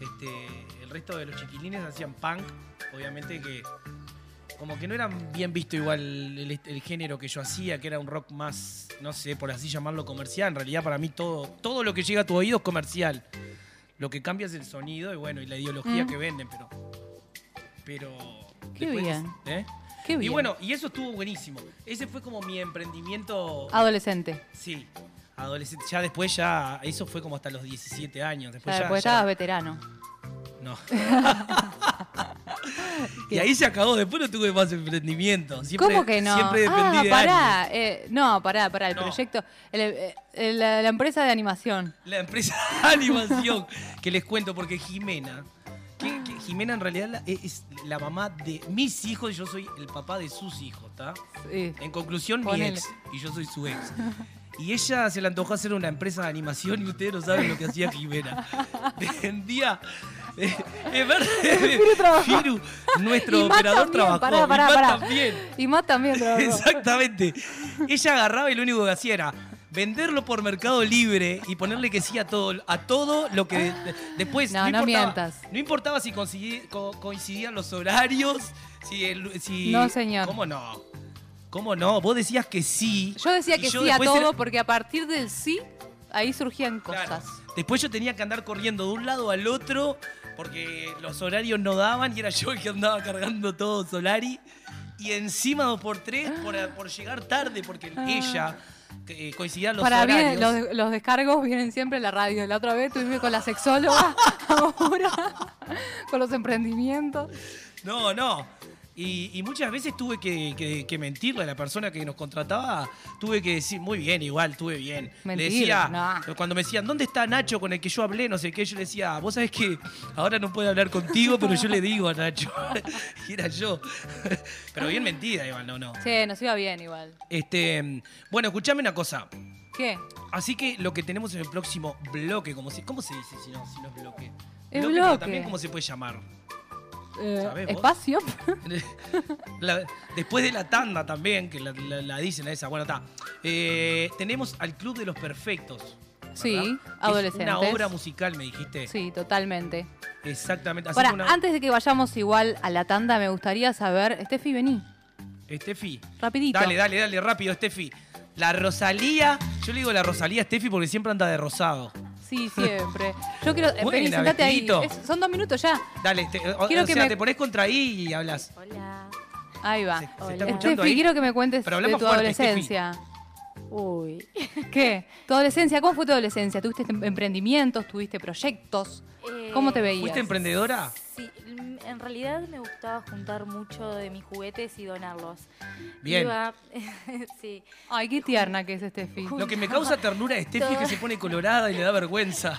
Speaker 3: Este, el resto de los chiquilines hacían punk. Obviamente que. Como que no eran bien visto igual el, est- el género que yo hacía, que era un rock más, no sé, por así llamarlo comercial. En realidad para mí todo, todo lo que llega a tu oído es comercial. Lo que cambia es el sonido y bueno, y la ideología
Speaker 4: Mm.
Speaker 3: que venden, pero. Pero.
Speaker 4: Qué
Speaker 3: después es-
Speaker 4: bien.
Speaker 3: ¿eh?
Speaker 4: Qué bien.
Speaker 3: Y bueno, y eso estuvo buenísimo. Ese fue como mi emprendimiento.
Speaker 4: Adolescente.
Speaker 3: Sí. Adolescente. Ya después ya. Eso fue como hasta los 17 años. Después Pues ya.
Speaker 4: Claro, porque
Speaker 3: ya-
Speaker 4: estabas veterano.
Speaker 3: no. y ahí se acabó. Después no tuve más emprendimiento. Siempre,
Speaker 4: ¿Cómo que no?
Speaker 3: Siempre dependí
Speaker 4: ah,
Speaker 3: de alguien.
Speaker 4: pará. eh, no, pará, pará. El
Speaker 3: No.
Speaker 4: proyecto. el- eh, el- la, la empresa de animación.
Speaker 3: La empresa de animación. que les cuento, porque Jimena. que- que Jimena en realidad la- es- es la mamá de mis hijos y yo soy el papá de sus hijos, ¿está?
Speaker 4: Sí.
Speaker 3: En conclusión,
Speaker 4: Ponele.
Speaker 3: mi ex. Y yo soy su ex. Y ella se le antojó hacer una empresa de animación y ustedes no saben lo que hacía Jimena. Vendía. eh, Es verdad.
Speaker 4: trabajó.
Speaker 3: Firu, nuestro
Speaker 4: Y Matt
Speaker 3: operador,
Speaker 4: también,
Speaker 3: trabajó.
Speaker 4: pará,
Speaker 3: y
Speaker 4: pará,
Speaker 3: Matt
Speaker 4: pará.
Speaker 3: también.
Speaker 4: Y más también trabajó.
Speaker 3: Exactamente. Ella agarraba y lo único que hacía era venderlo por Mercado Libre y ponerle que sí a todo, a todo lo que de- de- después
Speaker 4: No, no
Speaker 3: importaba,
Speaker 4: mientas.
Speaker 3: No importaba si coincidí- co- coincidían los horarios, si, el- si-
Speaker 4: No, señor.
Speaker 3: ¿Cómo no? ¿Cómo no? Vos decías que sí.
Speaker 4: Yo decía
Speaker 3: y
Speaker 4: que
Speaker 3: yo
Speaker 4: sí a
Speaker 3: después
Speaker 4: todo
Speaker 3: era-
Speaker 4: porque a partir del sí, ahí surgían
Speaker 3: Claro.
Speaker 4: cosas.
Speaker 3: Después yo tenía que andar corriendo de un lado al otro porque los horarios no daban y era yo el que andaba cargando todo Solari. Y encima dos por tres por,
Speaker 4: Ah.
Speaker 3: por llegar tarde porque ella que, eh, coincidían los
Speaker 4: Para
Speaker 3: horarios.
Speaker 4: bien, los, los descargos vienen siempre en la radio. La otra vez estuvimos con la sexóloga, ahora con los emprendimientos.
Speaker 3: No, no. Y, y muchas veces tuve que, que- que mentirle a la persona que nos contrataba. Tuve que decir, muy bien, igual, estuve bien.
Speaker 4: Mentir,
Speaker 3: le decía,
Speaker 4: no.
Speaker 3: cuando me decían, ¿dónde está Nacho con el que yo hablé? No sé qué. Yo le decía, vos sabés que ahora no puedo hablar contigo, pero yo le digo a Nacho. y era yo. pero bien mentida, igual, no, no.
Speaker 4: Che, nos iba bien igual.
Speaker 3: Este, bueno, escuchame una cosa.
Speaker 4: ¿Qué?
Speaker 3: Así que lo que tenemos en el próximo bloque, como se, ¿cómo se dice si no, si no es bloque?
Speaker 4: Es
Speaker 3: pero
Speaker 4: bloque.
Speaker 3: también cómo se puede llamar.
Speaker 4: Eh,
Speaker 3: ¿Sabés vos?
Speaker 4: ¿Espacio?
Speaker 3: La- después de la tanda también, que la, la- la dicen a esa. Bueno, está. Eh, tenemos al Club de los Perfectos. ¿verdad?
Speaker 4: Sí,
Speaker 3: Que es
Speaker 4: adolescentes.
Speaker 3: una obra musical, me dijiste.
Speaker 4: Sí, totalmente.
Speaker 3: Exactamente. Así
Speaker 4: Ahora,
Speaker 3: que una-
Speaker 4: antes de que vayamos igual a la tanda, me gustaría saber, Steffi, vení,
Speaker 3: Estefi.
Speaker 4: rapidito.
Speaker 3: Dale, dale, dale, rápido, Estefi. La Rosalía. Yo le digo la Rosalía a Estefi porque siempre anda de rosado.
Speaker 4: Sí, siempre. Yo quiero, eh, vení,
Speaker 3: Buena,
Speaker 4: sentate ahí.
Speaker 3: vestidito.
Speaker 4: Es- son dos minutos ya.
Speaker 3: Dale, este, o,
Speaker 4: Quiero
Speaker 3: o
Speaker 4: que
Speaker 3: sea,
Speaker 4: me-
Speaker 3: te pones contra ahí y hablas.
Speaker 5: Hola.
Speaker 4: Ahí va.
Speaker 3: Se- se
Speaker 5: Hola.
Speaker 3: está escuchando
Speaker 4: Steffi,
Speaker 3: ahí.
Speaker 4: quiero que me cuentes
Speaker 3: Pero
Speaker 4: de
Speaker 3: hablamos
Speaker 4: tu
Speaker 3: fuerte, Steffi.
Speaker 4: adolescencia.
Speaker 5: Uy.
Speaker 4: ¿Qué? ¿Tu adolescencia? ¿Cómo fue tu adolescencia? ¿Tuviste em- emprendimientos? ¿Tuviste proyectos?
Speaker 5: Eh,
Speaker 4: ¿Cómo te veías?
Speaker 3: ¿Fuiste emprendedora?
Speaker 6: Sí, mm, en realidad me gustaba juntar mucho de mis juguetes y donarlos.
Speaker 3: Bien.
Speaker 6: Iba- sí.
Speaker 4: Ay, qué tierna que es Steffi.
Speaker 3: Lo que me causa ternura de Steffi es que se pone colorada y le da vergüenza.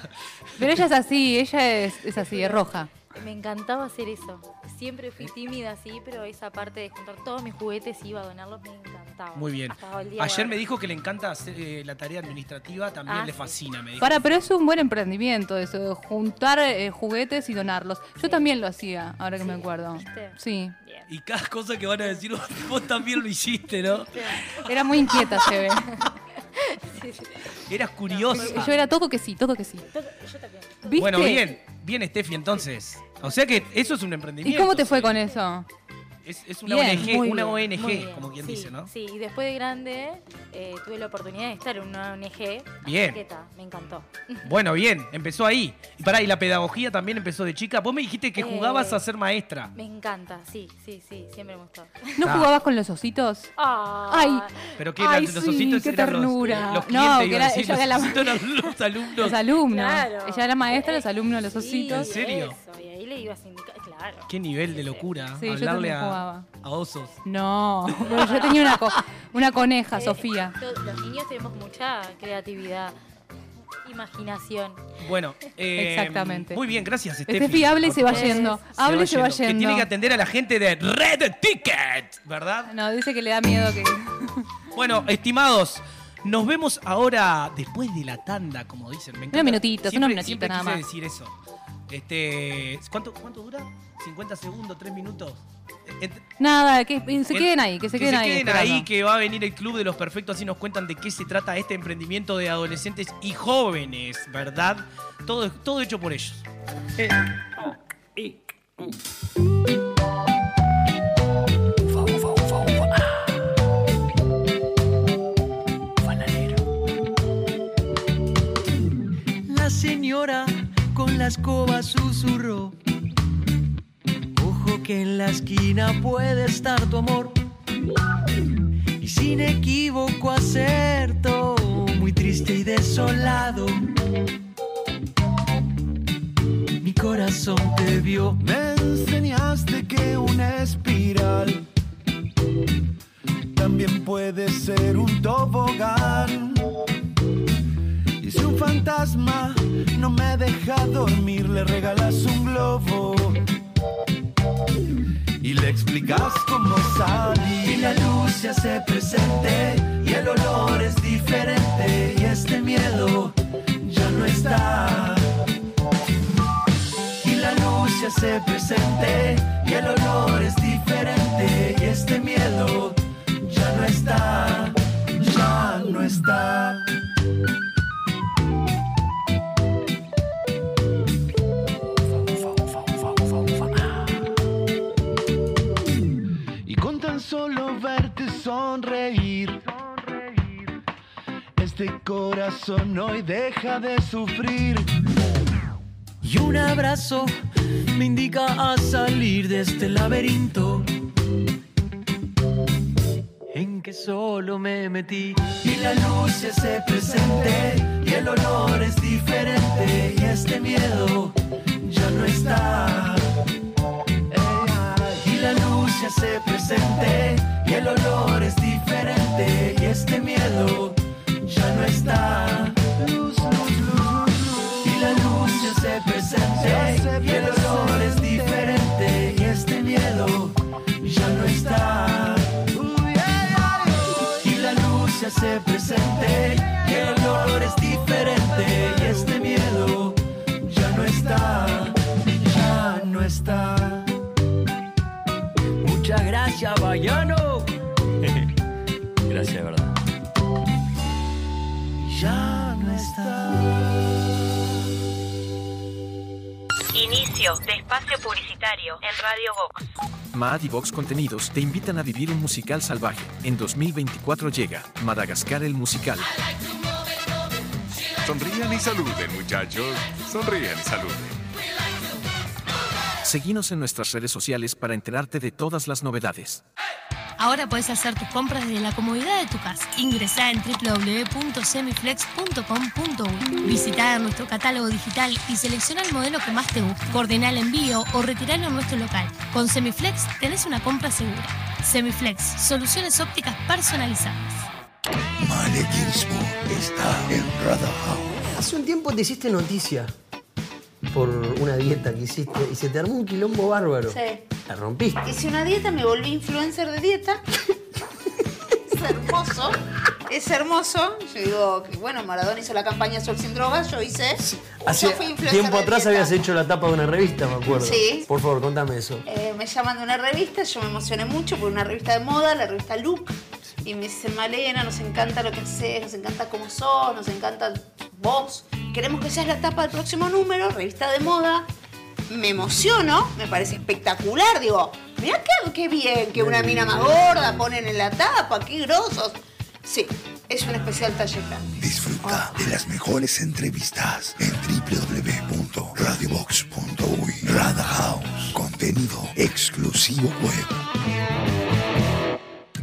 Speaker 4: Pero ella es así, ella es, es así, es roja.
Speaker 6: Me encantaba hacer eso. Siempre
Speaker 3: Eh.
Speaker 6: fui tímida, sí, pero esa parte de juntar todos mis juguetes y iba a donarlos me encantaba.
Speaker 3: Muy bien.
Speaker 6: Hasta el día de
Speaker 3: Ayer
Speaker 6: hoy.
Speaker 3: me dijo que le encanta hacer, eh, la tarea administrativa, también
Speaker 6: Ah,
Speaker 3: le
Speaker 6: sí.
Speaker 3: fascina, me dijo.
Speaker 4: Para, pero es un buen emprendimiento eso, de juntar eh, juguetes y donarlos. Yo también lo hacía, ahora que me
Speaker 6: Sí,
Speaker 4: acuerdo.
Speaker 6: ¿viste?
Speaker 4: Sí.
Speaker 6: Bien.
Speaker 3: Y cada cosa que van a decir, vos, vos también lo hiciste, ¿no?
Speaker 4: Era muy inquieta, se ve.
Speaker 3: Eras curiosa.
Speaker 4: Yo era todo que sí, todo que sí.
Speaker 6: Yo también.
Speaker 4: ¿Viste?
Speaker 3: Bueno, bien, bien Steffi entonces. O sea que eso es un
Speaker 4: ¿Y
Speaker 3: emprendimiento.
Speaker 4: cómo te fue
Speaker 3: sí.
Speaker 4: con eso?
Speaker 3: Es, es una
Speaker 4: Bien,
Speaker 3: ONG,
Speaker 4: muy
Speaker 3: una
Speaker 4: bien,
Speaker 3: ONG
Speaker 6: Muy bien,
Speaker 3: como quien
Speaker 6: sí,
Speaker 3: dice, ¿no?
Speaker 6: Sí, y después de grande eh, tuve la oportunidad de estar en una ONG.
Speaker 3: Bien.
Speaker 6: así que ta, me encantó.
Speaker 3: Bueno, bien, empezó ahí. Y pará, y la pedagogía también empezó de chica. Vos me dijiste que
Speaker 6: Eh,
Speaker 3: jugabas a ser maestra.
Speaker 6: Me encanta, sí, sí, sí, siempre me gustó.
Speaker 4: ¿No
Speaker 3: Ah.
Speaker 4: jugabas con los ositos?
Speaker 6: Ah,
Speaker 3: Pero que
Speaker 4: Ay,
Speaker 3: eran los
Speaker 4: sí,
Speaker 3: ositos
Speaker 4: qué
Speaker 3: eran los-
Speaker 4: ternura.
Speaker 3: los,
Speaker 4: No,
Speaker 3: clientes,
Speaker 4: que
Speaker 3: iba a
Speaker 4: era-
Speaker 3: decir,
Speaker 4: ella
Speaker 3: los
Speaker 4: era la-
Speaker 3: ositos eran los alumnos.
Speaker 4: Los alumnos.
Speaker 6: Claro.
Speaker 4: Ella era maestra, los alumnos, los
Speaker 6: sí,
Speaker 4: ositos.
Speaker 3: ¿En serio?
Speaker 6: eso, y ahí le iba a sindicar, claro.
Speaker 3: Qué nivel de locura
Speaker 4: Sí, yo
Speaker 3: hablarle
Speaker 4: también
Speaker 3: a,
Speaker 4: jugaba.
Speaker 3: a osos.
Speaker 4: No, pero yo tenía una, co- una coneja,
Speaker 6: Eh,
Speaker 4: Sofía.
Speaker 6: to- Los niños tenemos mucha creatividad, imaginación.
Speaker 3: Bueno, eh,
Speaker 4: Exactamente.
Speaker 3: Muy bien, gracias, Steffi.
Speaker 4: Steffi, Este habla y se va
Speaker 6: Sí,
Speaker 4: yendo.
Speaker 6: sí,
Speaker 3: Se
Speaker 4: Habla y se va
Speaker 3: Que tiene que
Speaker 4: yendo.
Speaker 3: atender a la gente de Red Ticket, ¿verdad?
Speaker 4: No, dice que le da miedo que...
Speaker 3: Bueno, estimados, nos vemos ahora después de la tanda, como dicen. Me encanta.
Speaker 4: Unos minutitos,
Speaker 3: Siempre-
Speaker 4: unos minutitos
Speaker 3: siempre
Speaker 4: nada
Speaker 3: quise
Speaker 4: más.
Speaker 3: decir eso. Este, ¿cuánto, ¿Cuánto dura? ¿50 segundos? ¿3 minutos? Ent-
Speaker 4: Nada, que se
Speaker 3: El-
Speaker 4: queden ahí, que se queden ahí. esperando.
Speaker 3: que va a venir el Club de los Perfectos, así nos cuentan de qué se trata este emprendimiento de adolescentes y jóvenes, ¿verdad? Todo, todo hecho por ellos. Eh,
Speaker 7: La señora con la escoba susurró. Ojo que en la esquina puede estar tu amor. Y sin equívoco acierto, muy triste y desolado. Mi corazón te vio.
Speaker 8: Me enseñaste que una espiral también puede ser un tobogán. Y si un fantasma no me deja dormir, le regalas un globo. Y le explicas cómo salir. Y la luz se hace presente. Y el olor es diferente. Y este miedo ya no está y la luz se hace presente y el olor es diferente y este miedo ya no está, ya no está. Y con tan solo verte sonreír, este corazón hoy deja de sufrir.
Speaker 7: Y un abrazo me indica a salir de este laberinto en que solo me metí.
Speaker 8: y la luz se hace presente y el olor es diferente y este miedo ya no está. Eh. Y la luz se hace presente y el olor es diferente y este miedo ya no está. Luz, luz, luz, luz. Y la luz se hace presente y el olor es diferente y este miedo ya no está. Y la luz se hace presente y el olor es diferente y este miedo ya no está, ya no está.
Speaker 7: Muchas gracias, Bayano.
Speaker 9: Gracias, de verdad.
Speaker 8: Ya no está.
Speaker 10: Inicio de espacio publicitario en Radio Vox.
Speaker 11: Mad y Vox Contenidos te invitan a vivir un musical salvaje. En 2024 llega Madagascar el musical.
Speaker 12: Sonrían y saluden, muchachos. Sonrían y saluden.
Speaker 11: Seguinos en nuestras redes sociales para enterarte de todas las novedades.
Speaker 13: Ahora puedes hacer tus compras desde la comodidad de tu casa. Ingresá en www.semiflex.com.uy. Visitá e. nuestro catálogo digital y selecciona el modelo que más te guste. Coordina el envío o retiralo a nuestro local. Con Semiflex tenés una compra segura. Semiflex, soluciones ópticas personalizadas.
Speaker 14: Malequismo está en Radar House.
Speaker 9: Hace un tiempo te hiciste noticia por una dieta que hiciste y se te armó un quilombo bárbaro.
Speaker 15: Sí.
Speaker 9: La rompiste.
Speaker 15: Hice una dieta, me volví influencer de dieta. es hermoso. Es hermoso. Yo digo que, bueno, Maradona hizo la campaña Sol sin drogas, yo hice.
Speaker 9: Hace
Speaker 15: yo fui influencer
Speaker 9: tiempo
Speaker 15: de
Speaker 9: atrás
Speaker 15: dieta.
Speaker 9: habías hecho la tapa de una revista, me acuerdo.
Speaker 15: Sí.
Speaker 9: Por favor, contame eso.
Speaker 15: Eh, me llaman de una revista, yo me emocioné mucho por una revista de moda, la revista Look. Y me dicen, Malena, nos encanta lo que haces, nos encanta cómo sos, nos encanta vos. Queremos que seas la tapa del próximo número, revista de moda. Me emociono, me parece espectacular. Digo, mirá qué, qué bien que una mina más gorda ponen en la tapa, qué grosos. Sí, es un especial taller grande.
Speaker 14: Disfruta de las mejores entrevistas en www.radiobox.uy. Rada House, contenido exclusivo web.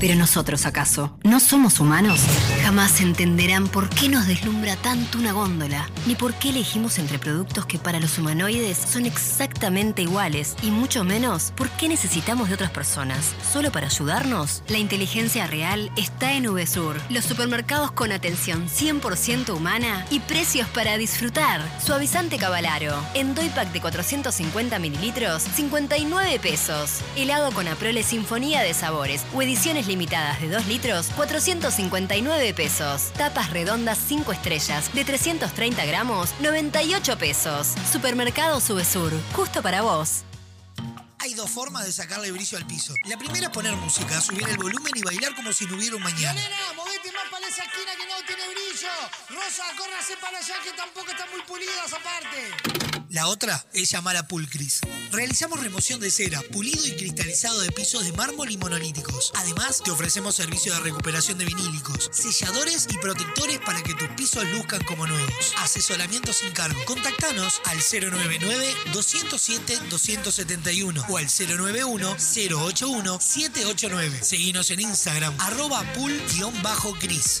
Speaker 16: pero nosotros acaso no somos humanos. Jamás entenderán por qué nos deslumbra tanto una góndola, ni por qué elegimos entre productos que para los humanoides son exactamente iguales, y mucho menos por qué necesitamos de otras personas. Solo para ayudarnos, la inteligencia real está en VSUR, los supermercados con atención 100% humana y precios para disfrutar. Suavizante Cavalaro, en doy pack de 450 mililitros, 59 pesos. Helado con Aprole Sinfonía de Sabores o ediciones limitadas de 2 litros, 459 pesos. Tapas redondas 5 estrellas de 330 gramos, 98 pesos. Supermercado Subesur, justo para vos.
Speaker 17: Hay dos formas de sacarle brillo al piso. La primera es poner música, subir el volumen y bailar como si no hubiera un mañana.
Speaker 18: movete más para esa esquina que no tiene brillo. Rosa, córrase para allá que tampoco están muy pulidas aparte.
Speaker 17: La otra es llamar a Pulcris. Realizamos remoción de cera, pulido y cristalizado de pisos de mármol y monolíticos. Además, te ofrecemos servicio de recuperación de vinílicos, selladores y protectores para que tus pisos luzcan como nuevos. Asesoramiento sin cargo. Contactanos al 099-207-271 o al 091-081-789. Seguinos en Instagram, arroba pul-cris.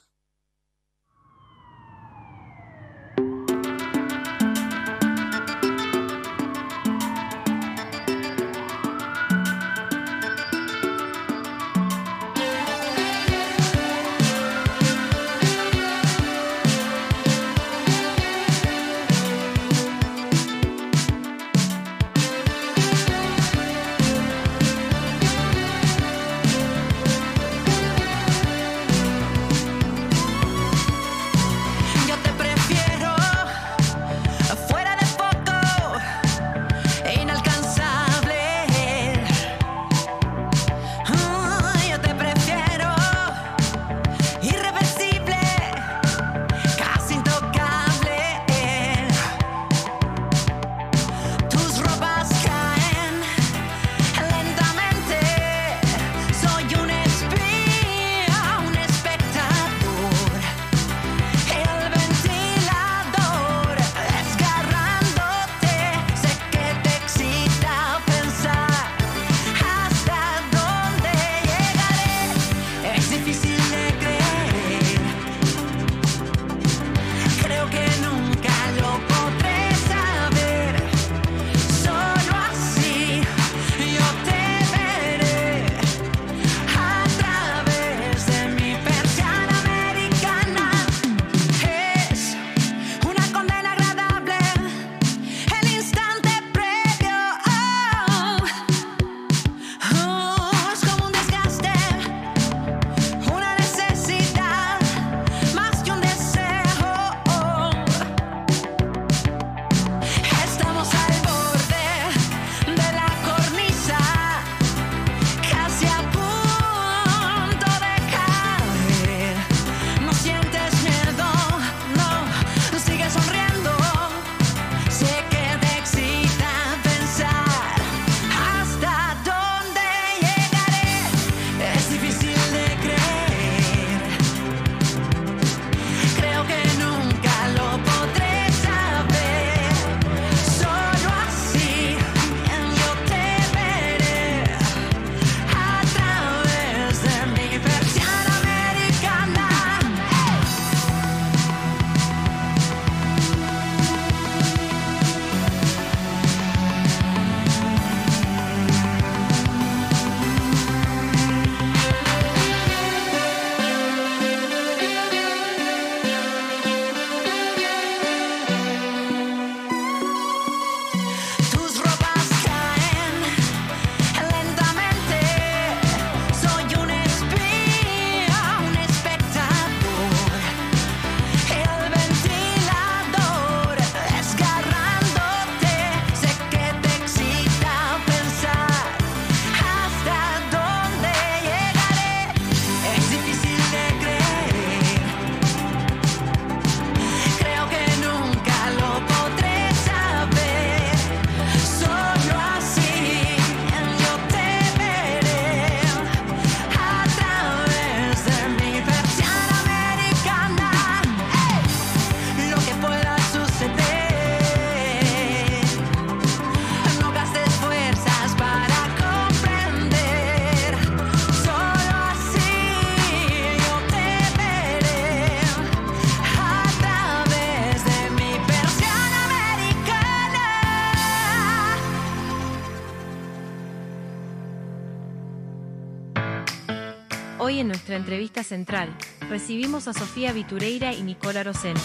Speaker 1: hoy en nuestra entrevista central recibimos a Sofía Vitureira y Nicola Rosén.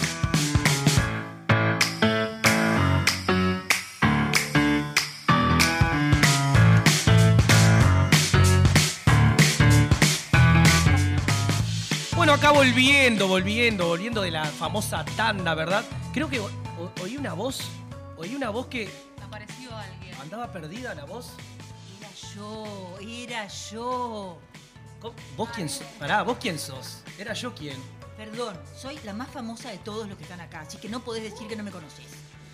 Speaker 3: Bueno, acá volviendo, volviendo, volviendo de la famosa tanda, ¿verdad? Creo que o- o- oí una voz, oí una voz que
Speaker 19: Apareció alguien.
Speaker 3: andaba perdida la voz.
Speaker 19: Era yo, era yo.
Speaker 3: ¿Vos quién sos? Pará, ¿vos quién sos? ¿Era yo quién?
Speaker 19: Perdón, soy la más famosa de todos los que están acá, así que no podés decir que no me conocés.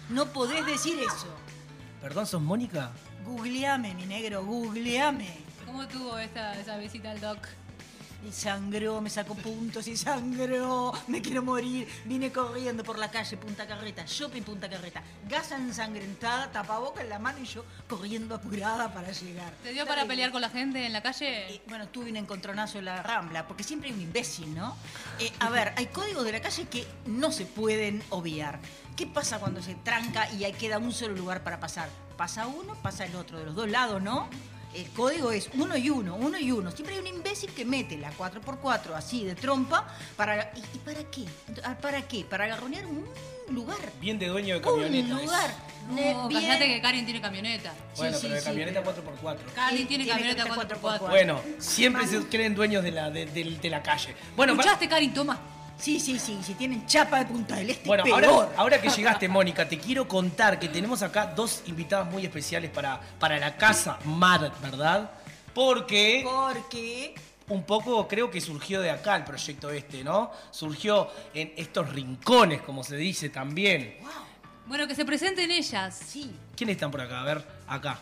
Speaker 19: No podés decir eso.
Speaker 3: ¿Perdón, sos Mónica?
Speaker 19: Googleame, mi negro, googleame.
Speaker 20: ¿Cómo tuvo esa, esa visita al doc?
Speaker 19: Y sangró, me sacó puntos y sangró. Me quiero morir. Vine corriendo por la calle, punta carreta, shopping, punta carreta. Gasa ensangrentada, tapaboca en la mano y yo corriendo apurada para llegar.
Speaker 20: ¿Te dio para pelear con la gente en la calle?
Speaker 19: Bueno, tuve un encontronazo en la rambla, porque siempre hay un imbécil, ¿no? Eh, a ver, hay códigos de la calle que no se pueden obviar. ¿Qué pasa cuando se tranca y ahí queda un solo lugar para pasar? Pasa uno, pasa el otro, de los dos lados, ¿no? El código es uno y uno, uno y uno. Siempre hay un imbécil que mete la 4x4 así de trompa para... ¿Y, y para qué? Ah, ¿Para qué? Para agarronear un lugar.
Speaker 3: Bien de dueño de
Speaker 19: Un
Speaker 3: camioneta. es.
Speaker 19: lugar.
Speaker 20: No,
Speaker 19: Bien.
Speaker 20: cállate que Karin tiene camioneta.
Speaker 3: Bueno, pero de camioneta 4x4.
Speaker 20: Karin tiene
Speaker 19: Tiene
Speaker 20: camioneta
Speaker 19: camioneta
Speaker 20: 4x4.
Speaker 3: Bueno, siempre se creen dueños de la, de, del- de la calle. Bueno, pará.
Speaker 19: ¿Escuchaste, Karin? Toma. Sí, sí, sí. Si tienen chapa de Punta del Este,
Speaker 3: Bueno,
Speaker 19: peor.
Speaker 3: ahora, ahora que llegaste, Mónica, te quiero contar que tenemos acá dos invitadas muy especiales para, para la casa Mad, ¿verdad? Porque.
Speaker 19: Porque.
Speaker 3: Un poco creo que surgió de acá el proyecto este, ¿no? Surgió en estos rincones, como se dice también.
Speaker 20: Bueno, que se presenten ellas.
Speaker 19: Sí.
Speaker 3: ¿Quiénes están por acá? A ver, acá.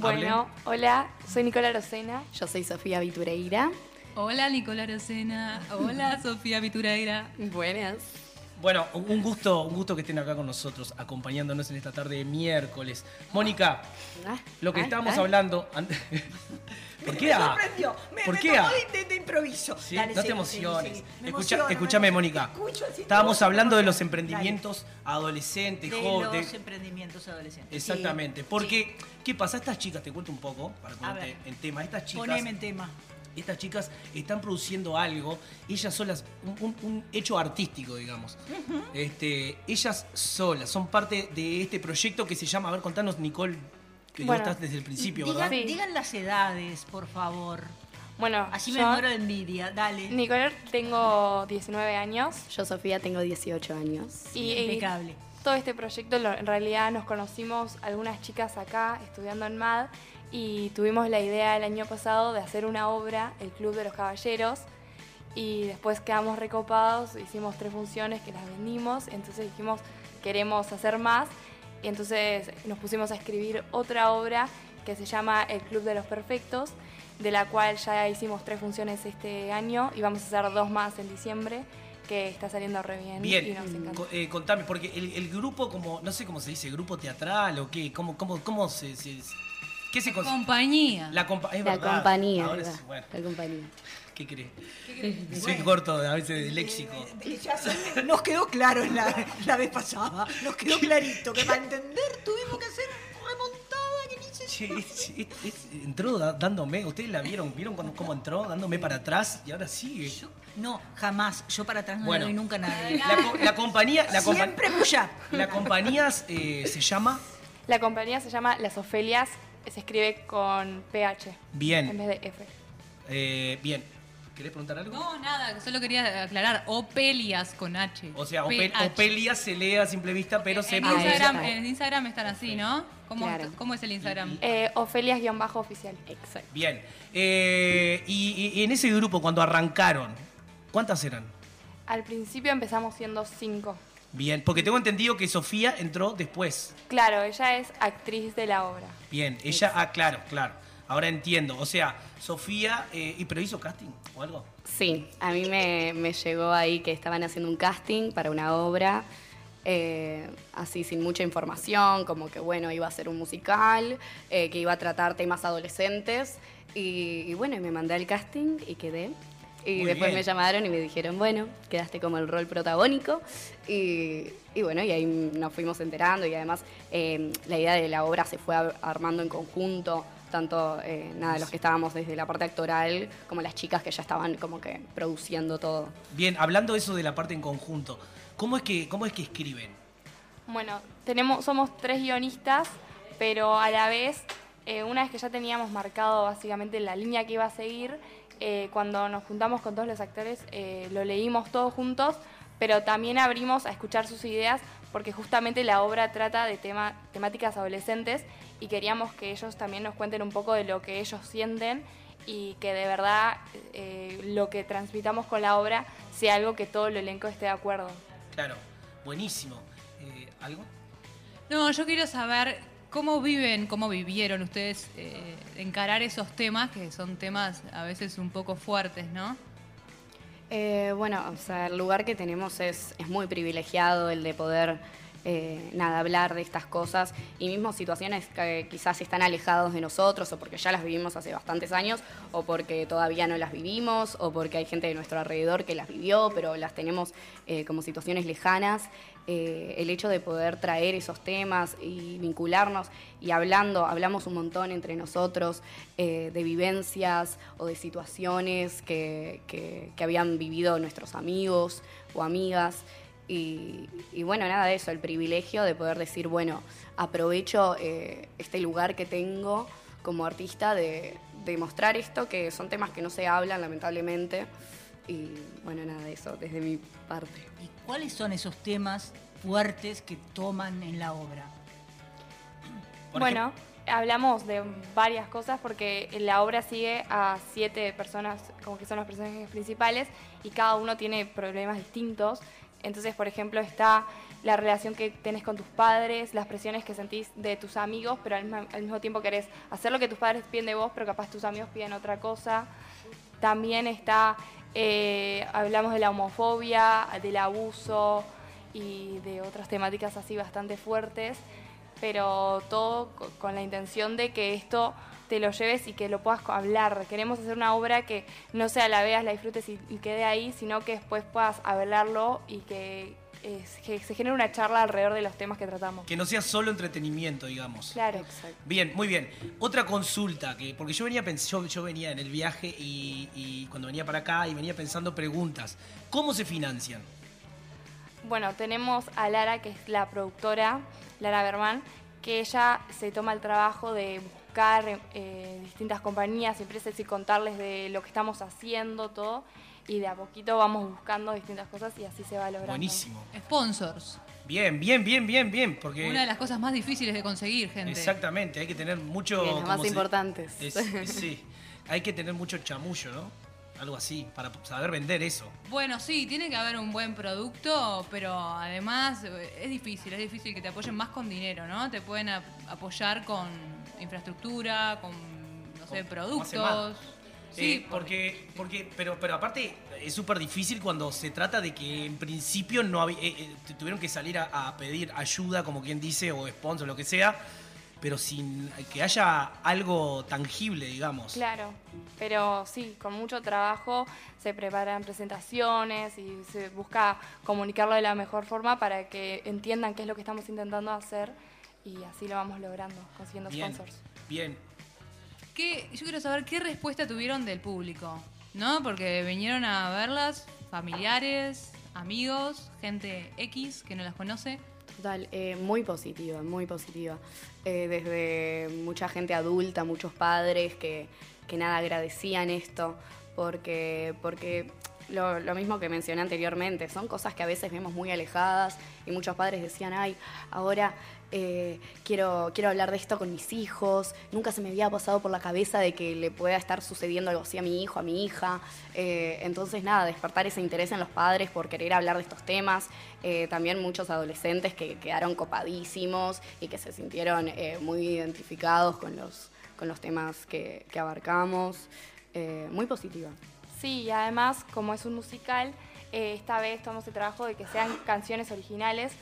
Speaker 21: Bueno, hola, soy Nicola Rosena. Yo soy Sofía Vitureira.
Speaker 20: Hola, Nicola Rosena. Hola, Sofía Vitureira.
Speaker 21: Buenas.
Speaker 3: Bueno, un gusto, un gusto que estén acá con nosotros, acompañándonos en esta tarde de miércoles. Mónica, lo que
Speaker 19: ay,
Speaker 3: estábamos
Speaker 19: ay.
Speaker 3: hablando. antes- ¿Por qué?
Speaker 19: Me
Speaker 3: ah?
Speaker 19: sorprendió. Me,
Speaker 3: ¿Por
Speaker 19: me
Speaker 3: qué?
Speaker 19: tomó
Speaker 3: ah?
Speaker 19: de, de improviso.
Speaker 3: Sí,
Speaker 19: Dale,
Speaker 3: no te
Speaker 19: seguí,
Speaker 3: emociones.
Speaker 19: seguí, seguí. Me
Speaker 3: Escucha-
Speaker 19: emociono,
Speaker 3: escúchame,
Speaker 19: me emociono.
Speaker 3: Mónica.
Speaker 19: Te escucho así,
Speaker 3: Estábamos
Speaker 19: te emociono.
Speaker 3: hablando de los
Speaker 19: Dale.
Speaker 3: emprendimientos adolescentes,
Speaker 19: De
Speaker 3: jóvenes.
Speaker 19: los em- emprendimientos adolescentes.
Speaker 3: Exactamente. Porque, ¿qué pasa? Estas chicas, te cuento un poco para ponerte
Speaker 19: ver.
Speaker 3: en tema. Estas
Speaker 19: Sí.
Speaker 3: chicas.
Speaker 19: Poneme en tema.
Speaker 3: Estas chicas están produciendo algo, ellas solas, un, un- un hecho artístico, digamos. Este, ellas solas son parte de este proyecto que se llama, a ver, contanos, Nicole, que vos
Speaker 21: Bueno,
Speaker 3: estás desde el principio,
Speaker 19: Digan,
Speaker 3: ¿verdad?
Speaker 19: digan las edades, por favor.
Speaker 21: Bueno,
Speaker 19: Así me
Speaker 21: yo,
Speaker 19: muero de envidia. Dale.
Speaker 21: Nicolás, tengo 19 años. Yo, Sofía, tengo 18 años. Y, eh,
Speaker 19: Impecable.
Speaker 21: todo este proyecto, lo- en realidad nos conocimos algunas chicas acá estudiando en MAD y tuvimos la idea el año pasado de hacer una obra, El Club de los Caballeros, y después quedamos recopados, hicimos tres funciones que las vendimos, entonces dijimos queremos hacer más, y entonces nos pusimos a escribir otra obra que se llama El Club de los Perfectos, de la cual ya hicimos tres funciones este año y vamos a hacer dos más en diciembre, que está saliendo re bien. y nos
Speaker 3: Bien,
Speaker 21: encanta.
Speaker 3: co- eh, contame, porque el, el grupo, como, no sé cómo se dice, grupo teatral o qué, cómo, cómo, cómo se, se- se- ¿Qué se considera?
Speaker 20: Compañía.
Speaker 3: La, compa- es
Speaker 21: La
Speaker 3: verdad.
Speaker 21: compañía,
Speaker 3: Ahora
Speaker 21: ¿verdad?
Speaker 3: es- bueno,
Speaker 21: La compañía.
Speaker 3: ¿qué crees? Soy corto a veces de léxico.
Speaker 19: Ya se- nos quedó claro en la, la vez pasada. Nos quedó clarito que para entender tuvimos que hacer remontada que ni se
Speaker 3: Che, es- es- es- entró da- dándome, ustedes la vieron, vieron cuando- cómo entró, dándome para atrás y ahora sigue.
Speaker 19: No, jamás. Yo para atrás no
Speaker 3: Bueno.
Speaker 19: le doy nunca a nadie.
Speaker 3: La, co- la compañía, la compa-
Speaker 19: Siempre puya.
Speaker 3: la compañía eh, se llama
Speaker 21: La compañía se llama Las Ofelias, se escribe con PH.
Speaker 3: Bien.
Speaker 21: En vez de F.
Speaker 3: eh, bien. ¿Querés preguntar algo?
Speaker 20: No, nada, solo quería aclarar. Opelias con H.
Speaker 3: O sea, Ope-
Speaker 20: PH.
Speaker 3: Opelia se lee a simple vista, pero se
Speaker 20: En
Speaker 3: pronuncia-
Speaker 20: Instagram, en Instagram están así, ¿no? ¿Cómo,
Speaker 21: Claro.
Speaker 20: cómo es el Instagram?
Speaker 21: Eh, Ofelias-oficial. Exacto.
Speaker 3: Bien. Eh, y, y en ese grupo, cuando arrancaron, ¿cuántas eran?
Speaker 21: Al principio empezamos siendo cinco.
Speaker 3: Bien, porque tengo entendido que Sofía entró después.
Speaker 21: Claro, ella es actriz de la obra.
Speaker 3: Bien, ella, ah, claro, claro. Ahora entiendo. O sea, Sofía, eh, ¿y pero hizo casting o algo?
Speaker 21: Sí, a mí me, me llegó ahí que estaban haciendo un casting para una obra, eh, así sin mucha información, como que bueno, iba a ser un musical, eh, que iba a tratar temas adolescentes. Y, y bueno, y me mandé al casting y quedé. Y
Speaker 6: Muy
Speaker 21: después
Speaker 6: bien.
Speaker 21: me llamaron y me dijeron, bueno, quedaste como el rol protagónico. Y, y bueno, y ahí
Speaker 20: em,
Speaker 21: nos fuimos enterando y además eh, la idea de la obra se fue ar- armando en conjunto
Speaker 20: tanto eh, nada, los que estábamos desde la parte actoral como las chicas que ya estaban como que produciendo todo.
Speaker 3: Bien, hablando eso de la parte en conjunto, ¿cómo es que, cómo es que escriben?
Speaker 21: Bueno, tenemos, somos tres guionistas, pero a la vez, eh, una vez que ya teníamos marcado básicamente la línea que iba a seguir, eh, cuando nos juntamos con todos los actores, eh, lo leímos todos juntos, pero también abrimos a escuchar sus ideas, porque justamente la obra trata de tema, temáticas adolescentes y queríamos que ellos también nos cuenten un poco de lo que ellos sienten y que de verdad eh, lo que transmitamos con la obra sea algo que todo el elenco esté de acuerdo.
Speaker 3: Claro, buenísimo. Eh, ¿Algo?
Speaker 4: No, yo quiero saber cómo viven, cómo vivieron ustedes eh, encarar esos temas, que son temas a veces un poco fuertes, ¿no?
Speaker 20: Eh, bueno, o sea, el lugar que tenemos es, es muy privilegiado, el de poder eh, nada, hablar de estas cosas y mismo situaciones que quizás están alejados de nosotros o porque ya las vivimos hace bastantes años o porque todavía no las vivimos o porque hay gente de nuestro alrededor que las vivió pero las tenemos eh, como situaciones lejanas. Eh, el hecho de poder traer esos temas y vincularnos y hablando, hablamos un montón entre nosotros eh, de vivencias o de situaciones que, que- que habían vivido nuestros amigos o amigas. Y, y bueno, nada de eso, el privilegio de poder decir, bueno, aprovecho eh, este lugar que tengo como artista de, de mostrar esto, que son temas que no se hablan lamentablemente. Y bueno, nada de eso, desde mi parte.
Speaker 19: ¿Cuáles son esos temas fuertes que toman en la obra?
Speaker 21: Bueno, hablamos de varias cosas porque la obra sigue a siete personas, como que son los personajes principales, y cada uno tiene problemas distintos. Entonces, por ejemplo, está la relación que tenés con tus padres, las presiones que sentís de tus amigos, pero al, misma- al mismo tiempo querés hacer lo que tus padres piden de vos, pero capaz tus amigos piden otra cosa. También está, eh, hablamos de la homofobia, del abuso y de otras temáticas así bastante fuertes pero todo co- con la intención de que esto te lo lleves y que lo puedas co- hablar. Queremos hacer una obra que no sea la veas, la disfrutes y, y quede ahí, sino que después puedas hablarlo y que, eh, se- que se genere una charla alrededor de los temas que tratamos.
Speaker 3: Que no sea solo entretenimiento, digamos.
Speaker 21: Claro.
Speaker 3: Bien, muy bien. Otra consulta, que, porque yo venía, pens- yo, yo venía en el viaje y, y cuando venía para acá y venía pensando preguntas. ¿Cómo se financian?
Speaker 21: Bueno, tenemos a Lara, que es la productora, Lara Berman, que ella se toma el trabajo de buscar eh, distintas compañías, empresas y contarles de lo que estamos haciendo, todo. Y de a poquito vamos buscando distintas cosas y así se va logrando.
Speaker 3: Buenísimo.
Speaker 4: Sponsors.
Speaker 3: Bien, bien, bien, bien, bien. Porque
Speaker 4: Una de las cosas más difíciles de conseguir, gente.
Speaker 3: Exactamente, hay que tener mucho.
Speaker 4: De las
Speaker 3: como
Speaker 4: más
Speaker 3: se-
Speaker 4: importantes.
Speaker 3: es- es- sí, hay que tener mucho chamullo, ¿no? Algo así, para saber vender eso.
Speaker 4: Bueno, sí, tiene que haber un buen producto, pero además eh, es difícil, es difícil que te apoyen más con dinero, ¿no? Te pueden ap- apoyar con infraestructura, con, no sé, productos.
Speaker 3: Sí,
Speaker 4: Sí,
Speaker 3: Eh, porque, porque, pero, pero aparte es súper difícil cuando se trata de que en principio no había- eh, eh, tu- tuvieron que salir a, a pedir ayuda, como quien dice, o sponsor, lo que sea, pero sin que haya algo tangible, digamos.
Speaker 21: Claro, pero sí, con mucho trabajo se preparan presentaciones y se busca comunicarlo de la mejor forma para que entiendan qué es lo que estamos intentando hacer y así lo vamos logrando, consiguiendo
Speaker 3: Bien.
Speaker 21: sponsors.
Speaker 3: Bien,
Speaker 4: ¿Qué- yo quiero saber qué respuesta tuvieron del público, ¿no? Porque vinieron a verlas familiares, amigos, gente X que no las conoce.
Speaker 20: Total, eh, muy positiva, muy positiva. Eh, desde mucha gente adulta, muchos padres que, que nada agradecían esto, porque, porque lo, lo mismo que mencioné anteriormente, son cosas que a veces vemos muy alejadas y muchos padres decían, ay, ahora eh, quiero, quiero hablar de esto con mis hijos, nunca se me había pasado por la cabeza de que le pueda estar sucediendo algo así a mi hijo, a mi hija. Eh, entonces, nada, despertar ese interés en los padres por querer hablar de estos temas. Eh, también muchos adolescentes que quedaron copadísimos y que se sintieron eh, muy identificados con los, con los temas que, que abarcamos. Eh, muy positiva.
Speaker 21: Sí, y además, como es un musical, eh, esta vez tomamos el trabajo de que sean canciones originales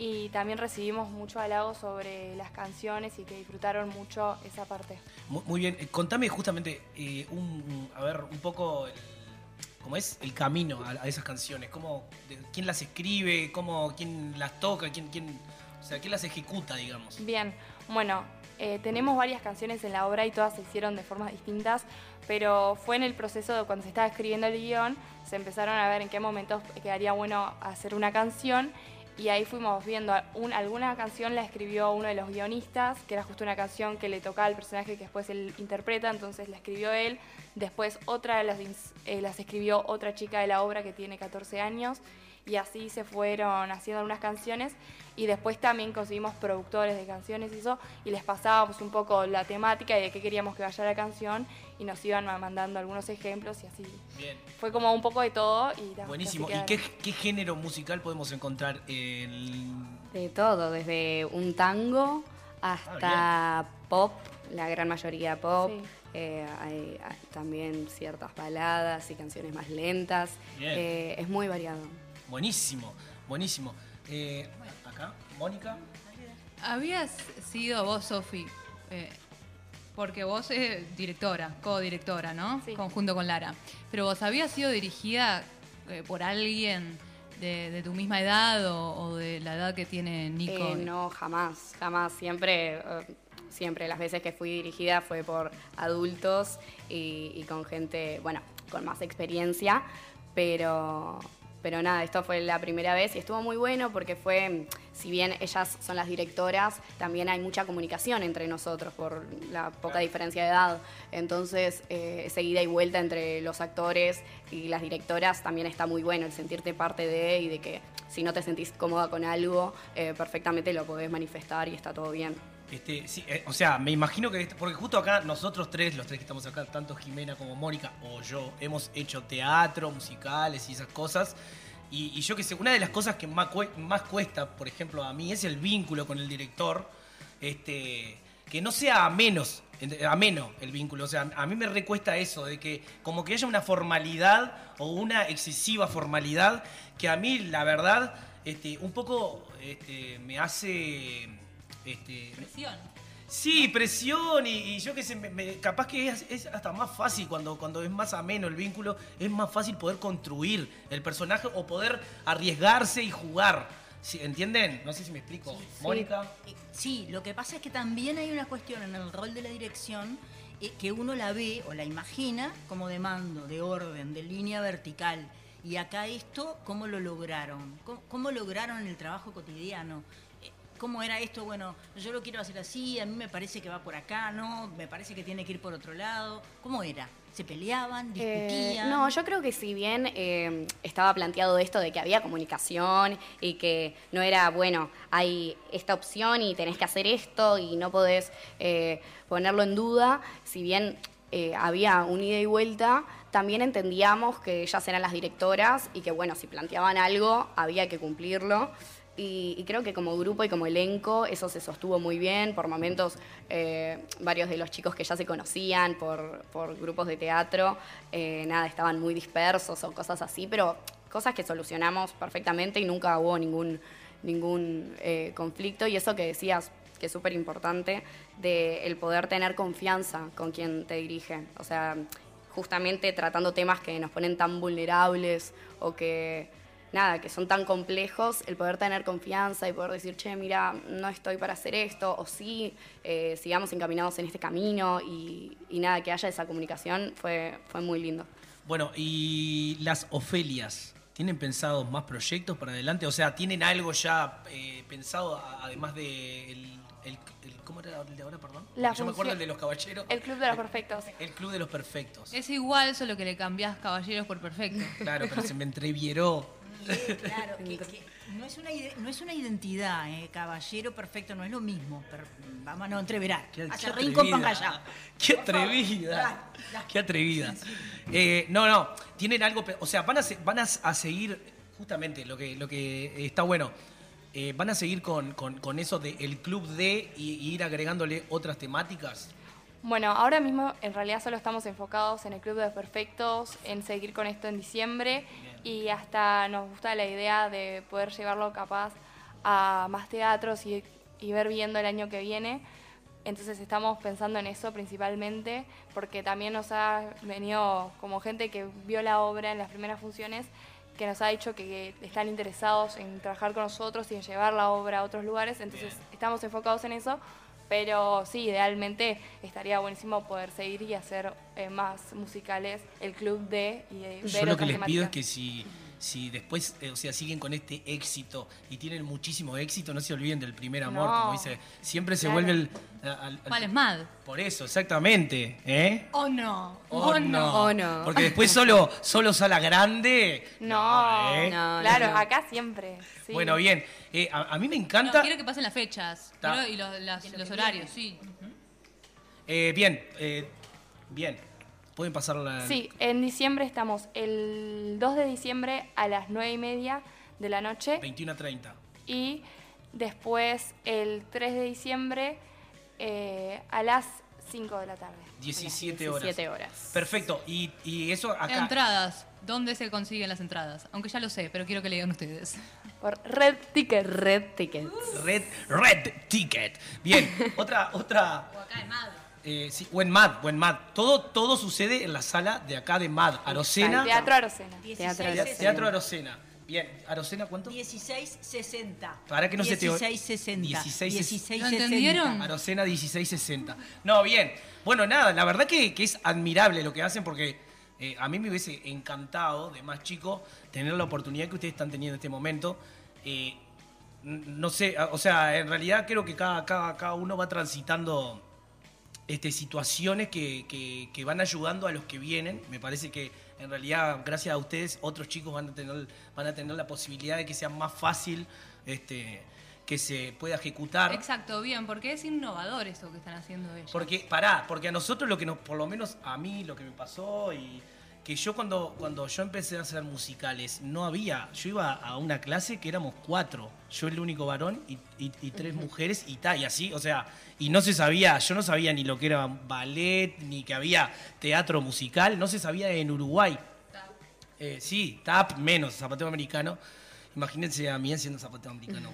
Speaker 21: y también recibimos mucho halago sobre las canciones y que disfrutaron mucho esa parte.
Speaker 3: mu- muy bien. Eh, Contame justamente eh, un, a ver, un poco el- cómo es el camino a, a esas canciones, cómo, de- quién las escribe, cómo, quién las toca, quién, quién, o sea, quién las ejecuta, digamos.
Speaker 21: Bien, bueno, Eh, tenemos varias canciones en la obra y todas se hicieron de formas distintas, pero fue en el proceso de cuando se estaba escribiendo el guión, se empezaron a ver en qué momentos quedaría bueno hacer una canción y ahí fuimos viendo, un- alguna canción la escribió uno de los guionistas, que era justo una canción que le tocaba al personaje que después él interpreta, entonces la escribió él. Después otra de las, ins- eh, las escribió otra chica de la obra que tiene 14 años. Y así se fueron haciendo algunas canciones. Y después también conseguimos productores de canciones y eso. Y les pasábamos un poco la temática y de qué queríamos que vaya la canción. Y nos iban mandando algunos ejemplos y así.
Speaker 3: Bien.
Speaker 21: Fue como un poco de todo. Y ta,
Speaker 3: Buenísimo.
Speaker 21: así
Speaker 3: ¿Y
Speaker 21: quedaron.
Speaker 3: qué, qué género musical podemos encontrar? El...
Speaker 20: De todo, desde un tango hasta pop, la gran mayoría pop.
Speaker 21: Sí.
Speaker 20: Eh, hay hay también ciertas baladas y canciones más lentas.
Speaker 3: Bien.
Speaker 20: Eh, es muy variado.
Speaker 3: Buenísimo, buenísimo. Eh, acá, Mónica.
Speaker 4: Habías sido vos, Sofi, eh, porque vos es directora, codirectora, ¿no? Conjunto con Lara. Pero vos habías sido dirigida eh, por alguien de, de tu misma edad o, o de la edad que tiene Nico.
Speaker 20: Eh, no, jamás, jamás. Siempre, eh, siempre las veces que fui dirigida fue por adultos y, y con gente, bueno, con más experiencia, pero, pero nada, esto fue la primera vez y estuvo muy bueno porque fue, mm, si bien ellas son las directoras, también hay mucha comunicación entre nosotros por la poca diferencia de edad. Entonces, eh, esa ida y vuelta entre los actores y las directoras también está muy bueno, el sentirte parte de y de que si no te sentís cómoda con algo, eh, perfectamente lo podés manifestar y está todo bien.
Speaker 3: Este, sí, eh, o sea, me imagino que. esto- Porque justo acá, nosotros tres, los tres que estamos acá, tanto Jimena como Mónica o yo, hemos hecho teatro, musicales y esas cosas. Y, y yo que sé, una de las cosas que más, cue- más cuesta, por ejemplo, a mí, es el vínculo con el director. Este. Que no sea a menos, ameno el vínculo. O sea, a mí me recuesta eso, de que como que haya una formalidad o una excesiva formalidad que a mí, la verdad, este, un poco este, me hace. Este, Sí, presión y, y yo qué sé, me- me- capaz que es, es hasta más fácil cuando, cuando es más ameno el vínculo, es más fácil poder construir el personaje o poder arriesgarse y jugar. ¿Sí, ¿Entienden? No sé si me explico. Mónica.
Speaker 19: Eh, Sí, lo que pasa es que también hay una cuestión en el rol de la dirección eh, que uno la ve o la imagina como de mando, de orden, de línea vertical. Y acá esto, ¿cómo lo lograron? ¿Cómo, cómo lograron el trabajo cotidiano? Eh, ¿Cómo era esto? Bueno, yo lo quiero hacer así, a mí me parece que va por acá, ¿no? Me parece que tiene que ir por otro lado. ¿Cómo era? ¿Se peleaban?
Speaker 20: Eh,
Speaker 19: ¿Discutían?
Speaker 20: no, yo creo que si bien eh, estaba planteado esto de que había comunicación y que no era, bueno, hay esta opción y tenés que hacer esto y no podés eh, ponerlo en duda, si bien eh, había un ida y vuelta, también entendíamos que ellas eran las directoras y que, bueno, si planteaban algo había que cumplirlo. Y, y creo que como grupo y como elenco eso se sostuvo muy bien. Por momentos eh, varios de los chicos que ya se conocían por, por grupos de teatro, eh, nada, estaban muy dispersos o cosas así, pero cosas que solucionamos perfectamente y nunca hubo ningún, ningún eh, conflicto. Y eso que decías, que es súper importante, de el poder tener confianza con quien te dirige. O sea, justamente tratando temas que nos ponen tan vulnerables o que nada, que son tan complejos, el poder tener confianza y poder decir, che, mira, no estoy para hacer esto, o sí, eh, sigamos encaminados en este camino, y, y nada, que haya esa comunicación fue, fue muy lindo.
Speaker 3: Bueno, y las Ofelias, ¿tienen pensados más proyectos para adelante? O sea, ¿tienen algo ya eh, pensado a- además de el, el- el- ¿cómo era el de ahora, perdón?
Speaker 21: La
Speaker 3: Yo me acuerdo
Speaker 21: función-
Speaker 3: el de los caballeros.
Speaker 21: El Club de los Perfectos.
Speaker 3: El Club de los Perfectos.
Speaker 4: Es igual, solo que le cambiás caballeros por perfecto.
Speaker 3: Claro, pero se me entrevieró.
Speaker 19: Claro, que- que no, es una, ide- no es una identidad, ¿eh? caballero perfecto, no es lo mismo. per- vamos a no entreverar.
Speaker 3: Qué-
Speaker 19: Hace
Speaker 3: qué
Speaker 19: rincón
Speaker 3: atrevida.
Speaker 19: para allá.
Speaker 3: Qué atrevida. Qué atrevida. Eh, no, no. Tienen algo. pe- O sea, van a, se- van a, s- a seguir. Justamente lo que, lo que está bueno. eh, ¿Van a seguir con, con- con eso del club de y, y ir agregándole otras temáticas?
Speaker 21: Bueno, ahora mismo en realidad solo estamos enfocados en el Club de los Perfectos, en seguir con esto en diciembre y hasta nos gusta la idea de poder llevarlo capaz a más teatros y, y ver viendo el año que viene. Entonces estamos pensando en eso principalmente porque también nos ha venido como gente que vio la obra en las primeras funciones que nos ha dicho que están interesados en trabajar con nosotros y en llevar la obra a otros lugares, entonces estamos enfocados en eso, pero sí, idealmente estaría buenísimo poder seguir y hacer eh, más musicales el club de y eh,
Speaker 3: Yo
Speaker 21: ver
Speaker 3: lo que
Speaker 21: otras
Speaker 3: les pido
Speaker 21: temáticas.
Speaker 3: es que si, si después, eh, o sea, siguen con este éxito y tienen muchísimo éxito, no se olviden del primer amor,
Speaker 20: No.
Speaker 3: como dice. Siempre se
Speaker 20: Claro.
Speaker 3: vuelve el. al- al-
Speaker 20: ¿Cuál es mad?
Speaker 3: por eso, exactamente. ¿eh?
Speaker 20: Oh no.
Speaker 3: Oh, no. Porque después solo, solo sala grande.
Speaker 21: No,
Speaker 3: ¿eh?
Speaker 21: claro, acá siempre. sí.
Speaker 3: Bueno, bien. Eh, a, a mí me
Speaker 20: No,
Speaker 3: encanta.
Speaker 20: quiero que pasen las fechas
Speaker 3: Ta.
Speaker 20: quiero- y los, las- los horarios, sí.
Speaker 3: Eh, bien, eh, bien. Pueden pasar la.
Speaker 21: Sí, en diciembre estamos el 2 de diciembre a las 9 y media de la noche
Speaker 3: 21 a 30.
Speaker 21: y después el 3 de diciembre eh, a las 5 de la tarde.
Speaker 3: 17 horas.
Speaker 21: 17 horas.
Speaker 3: Perfecto. Y, y eso acá.
Speaker 20: Entradas. ¿Dónde se consiguen las entradas? Aunque ya lo sé, pero quiero que le digan ustedes.
Speaker 21: Por Red Ticket. Red Ticket.
Speaker 3: Red, red ticket. Bien, otra, otra. eh, sí, o en MAD, o en MAD. Todo, todo sucede en la sala de acá de MAD. Arocena.
Speaker 21: Teatro Arocena.
Speaker 3: Te- Teatro Arocena. Bien, Arocena, ¿cuánto?
Speaker 19: 1660.
Speaker 3: Para que no se te
Speaker 19: 1660.
Speaker 3: 1660.
Speaker 19: 1660. ¿Lo entendieron?
Speaker 3: Arocena 1660. No, bien. Bueno, nada, la verdad que, que es admirable lo que hacen porque eh, a mí me hubiese encantado, de más chico, tener la oportunidad que ustedes están teniendo en este momento. Eh, n- no sé, a- o sea, en realidad creo que cada, cada, cada uno va transitando este, situaciones que, que- que van ayudando a los que vienen. Me parece que en realidad, gracias a ustedes, otros chicos van a tener, van a tener la posibilidad de que sea más fácil este, que se pueda ejecutar.
Speaker 20: Exacto, bien, porque es innovador eso que están haciendo ellos.
Speaker 3: Porque, pará, porque a nosotros lo que nos, por lo menos a mí lo que me pasó y que yo cuando, cuando yo empecé a hacer musicales, no había, yo iba a una clase que éramos cuatro, yo el único varón y, y- y tres mujeres y tal, y así, o sea, y no se sabía, yo no sabía ni lo que era ballet, ni que había teatro musical, no se sabía en Uruguay. Eh, sí, tap menos, zapateo americano. Imagínense a mí haciendo zapateo americano.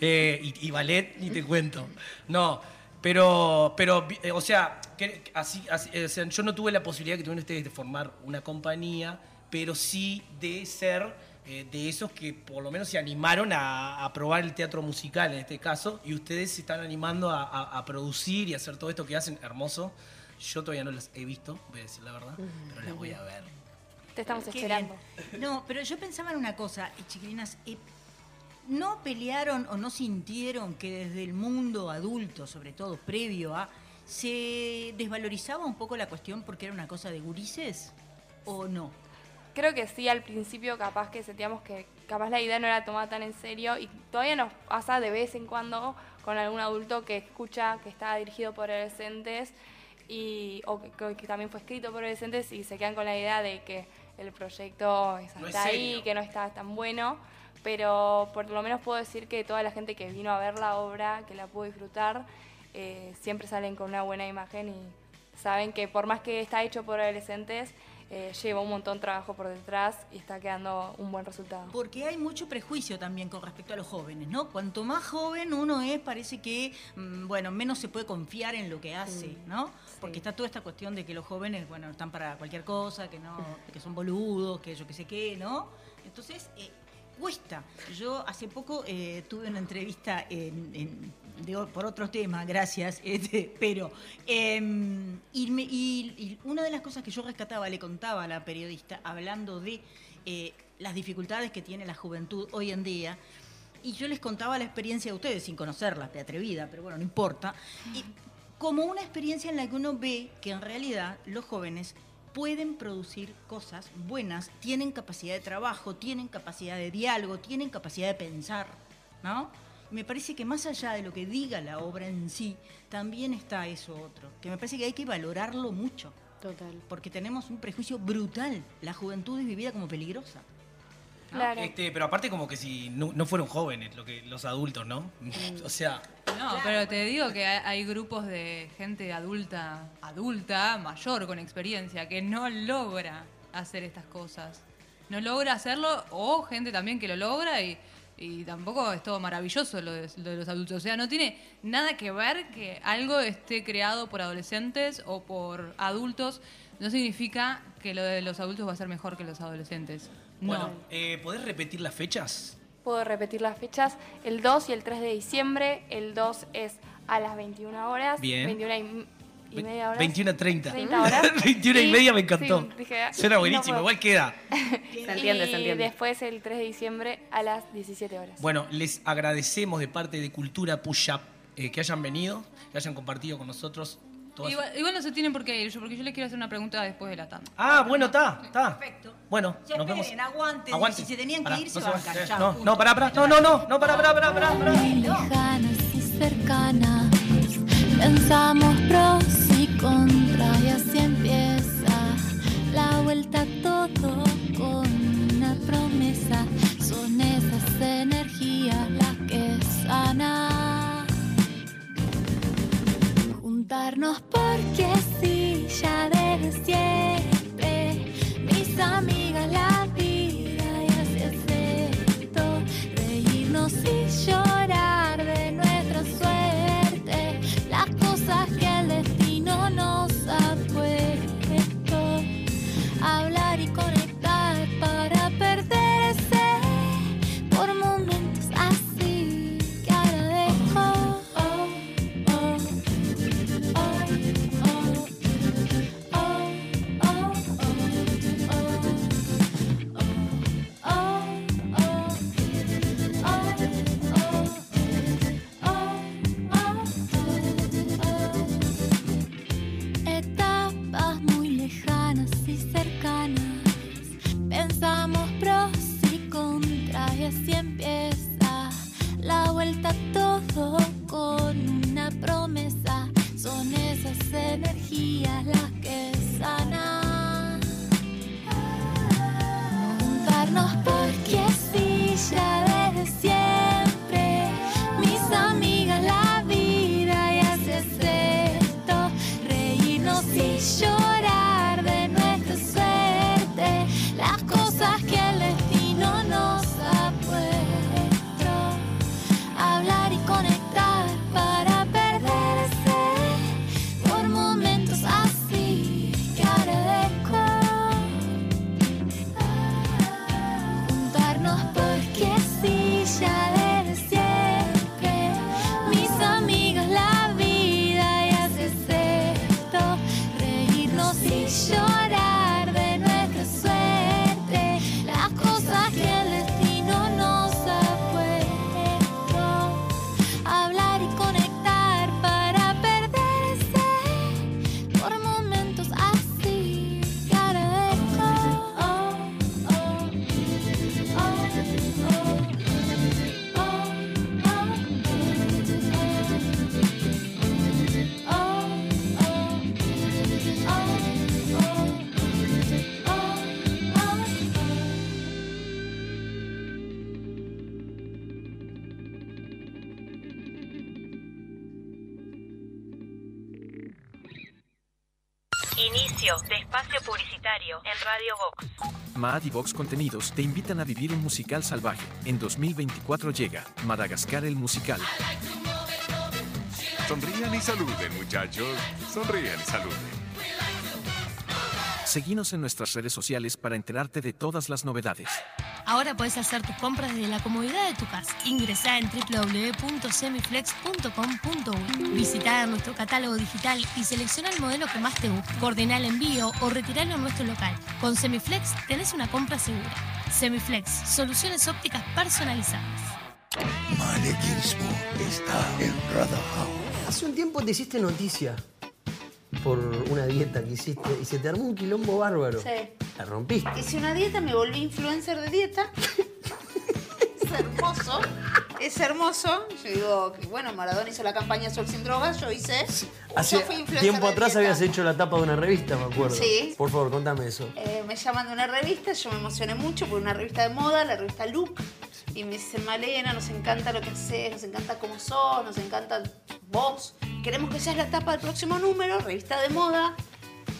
Speaker 3: Eh, y, y ballet, ni te cuento. No, pero, pero eh, o sea, que- que así, así, eh, o sea, yo no tuve la posibilidad que tuvieron ustedes de formar una compañía, pero sí de ser eh, de esos que por lo menos se animaron a, a probar el teatro musical en este caso, y ustedes se están animando a, a- a producir y hacer todo esto que hacen hermoso. Yo todavía no las he visto, voy a decir la verdad, pero las voy a ver.
Speaker 21: Te estamos
Speaker 19: Qué
Speaker 21: esperando.
Speaker 19: bien. No, pero yo pensaba en una cosa, eh, chiquilinas, eh, ¿no pelearon o no sintieron que desde el mundo adulto, sobre todo previo a, se desvalorizaba un poco la cuestión porque era una cosa de gurises o no?
Speaker 21: Creo que sí, al principio capaz que sentíamos que capaz la idea no la tomaba tan en serio y todavía nos pasa de vez en cuando con algún adulto que escucha que está dirigido por adolescentes y, o que, que- que también fue escrito por adolescentes y se quedan con la idea de que el proyecto es
Speaker 5: No es
Speaker 21: hasta ahí,
Speaker 5: serio.
Speaker 21: que no está tan bueno, pero por lo menos puedo decir que toda la gente que vino a ver la obra, que la pudo disfrutar, eh, siempre salen con una buena imagen y saben que por más que está hecho por adolescentes, eh, lleva un montón de trabajo por detrás y está quedando un buen resultado.
Speaker 19: Porque hay mucho prejuicio también con respecto a los jóvenes, ¿no? Cuanto más joven uno es, parece que, mm, bueno, menos se puede confiar en lo que hace,
Speaker 5: Mm,
Speaker 19: ¿no? Porque está toda esta cuestión de que los jóvenes, bueno, están para cualquier cosa, que no, que son boludos, que yo qué sé qué, ¿no? Entonces, eh, cuesta. Yo hace poco eh, tuve una entrevista en- en- de o- por otro tema, gracias, este, pero em, y, me- y- y una de las cosas que yo rescataba, le contaba a la periodista, hablando de eh, las dificultades que tiene la juventud hoy en día, y yo les contaba la experiencia de ustedes, sin conocerla, de atrevida, pero bueno, no importa, y como una experiencia en la que uno ve que en realidad los jóvenes pueden producir cosas buenas, tienen capacidad de trabajo, tienen capacidad de diálogo, tienen capacidad de pensar, ¿no? Me parece que más allá de lo que diga la obra en sí, también está eso otro, que me parece que hay que valorarlo mucho.
Speaker 21: Total.
Speaker 19: Porque tenemos un prejuicio brutal. La juventud es vivida como peligrosa. ¿no?
Speaker 4: Eh,
Speaker 3: Este, pero aparte como que si no, no fueron jóvenes lo que, los adultos, ¿no? o sea,
Speaker 20: No, pero te digo que hay, hay grupos de gente adulta, adulta, mayor, con experiencia, que no logra hacer estas cosas. No logra hacerlo, o gente también que lo logra y, y tampoco es todo maravilloso lo de, lo de los adultos. O sea, no tiene nada que ver que algo esté creado por adolescentes o por adultos. No significa que lo de los adultos va a ser mejor que los adolescentes.
Speaker 3: Bueno, eh, ¿podés repetir las fechas?
Speaker 21: Puedo repetir las fechas. El 2 y el 3 de diciembre. El 2 es a las 21 horas.
Speaker 3: Bien.
Speaker 21: 21 y, y media horas.
Speaker 3: 21 a 30.
Speaker 21: 30 horas.
Speaker 3: 21 y media me
Speaker 21: sí,
Speaker 3: encantó.
Speaker 21: dije, ah,
Speaker 3: Suena
Speaker 21: no
Speaker 3: buenísimo,
Speaker 21: puedo.
Speaker 3: igual queda.
Speaker 21: Se
Speaker 4: entiende,
Speaker 21: y
Speaker 4: se entiende.
Speaker 21: después el 3 de diciembre a las 17 horas.
Speaker 3: Bueno, les agradecemos de parte de Cultura Push Up eh, que hayan venido, que hayan compartido con nosotros. todas-
Speaker 20: Igual, igual no se tienen por qué ir, yo- porque yo les quiero hacer una pregunta después de la tanda.
Speaker 3: Ah, bueno, está, está.
Speaker 19: Perfecto.
Speaker 3: Bueno,
Speaker 19: Ya
Speaker 3: nos vemos.
Speaker 19: esperen, aguanten.
Speaker 3: Aguante.
Speaker 19: Si se tenían
Speaker 3: Pará,
Speaker 19: que ir,
Speaker 3: no
Speaker 19: se
Speaker 3: se
Speaker 19: van
Speaker 3: vayan.
Speaker 19: a
Speaker 3: No, no, pará, pará. No, no, no, no, pará, pará, pará, pará. pará.
Speaker 5: Lejanas y cercanas, pensamos pros y contras y así empieza la vuelta a todo con una promesa. Son esas energías las que sanan. Juntarnos porque sí, ya desde siempre. Mis amigas, la vida y así es esto reírnos y llorar de nuestra suerte, las cosas que el destino nos ha puesto, hablar y conectar para perderse por momentos así que ahora dejo. Oh, oh, oh, oh, oh, oh, oh, oh. Etapas muy lejanas y cercanas, pensamos pros y contras y así empieza la vuelta a todo con una promesa. Son esas energías las que sanan. Juntarnos porque sí, ya desde siempre. Mis amigas, la vida y haces esto. Reírnos y llorar de nuestra suerte. Las cosas que el destino nos ha puesto. Hablar y conectar para perderse. Por momentos así que agradezco juntarnos porque sí, ya desde siempre. Mis amigos, la vida y haces esto. Reírnos y llorar de nuestra suerte. Las cosas que el destino nos ha puesto. Hablar y conectar para perderse. Por momentos así, que agradezco. oh,
Speaker 10: Inicio de espacio publicitario en Radio Vox.
Speaker 11: Maad y Vox Contenidos te invitan a vivir un musical salvaje. En 2024 llega Madagascar el musical.
Speaker 22: Sonrían y saluden, muchachos. Sonrían y saluden.
Speaker 11: Seguinos en nuestras redes sociales para enterarte de todas las novedades.
Speaker 13: Ahora puedes hacer tus compras desde la comodidad de tu casa. Ingresá en www.semiflex.com.uy. Visitá e. nuestro catálogo digital y selecciona el modelo que más te guste. Coordina el envío o retiralo a nuestro local. Con Semiflex tenés una compra segura. Semiflex, soluciones ópticas personalizadas.
Speaker 14: Malequismo está en Radar House.
Speaker 9: Hace un tiempo te hiciste noticia por una dieta que hiciste y se te armó un quilombo bárbaro.
Speaker 15: Sí.
Speaker 9: La rompiste.
Speaker 15: Hice una dieta, me volví influencer de dieta. es hermoso. Es hermoso. Yo digo, que, bueno, Maradona hizo la campaña Sol sin drogas, yo hice.
Speaker 9: Hace
Speaker 15: yo fui influencer
Speaker 9: tiempo
Speaker 15: de
Speaker 9: atrás
Speaker 15: dieta.
Speaker 9: habías hecho la tapa de una revista, me acuerdo.
Speaker 15: Sí.
Speaker 9: Por favor, contame eso.
Speaker 15: Eh, me llaman de una revista, yo me emocioné mucho por una revista de moda, la revista Look. Y me dice, Malena, nos encanta lo que haces, nos encanta cómo sos, nos encanta vos. Queremos que seas la tapa del próximo número, revista de moda.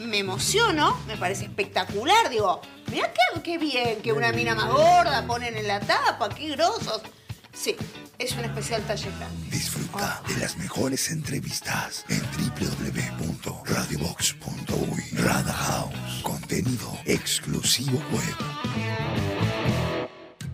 Speaker 15: Me emociono, me parece espectacular. Digo, mirá qué, qué bien que una mina más gorda ponen en la tapa, qué grosos. Sí, es un especial taller grande.
Speaker 14: Disfruta de las mejores entrevistas en www.radiobox.uy. Radar House, contenido exclusivo web.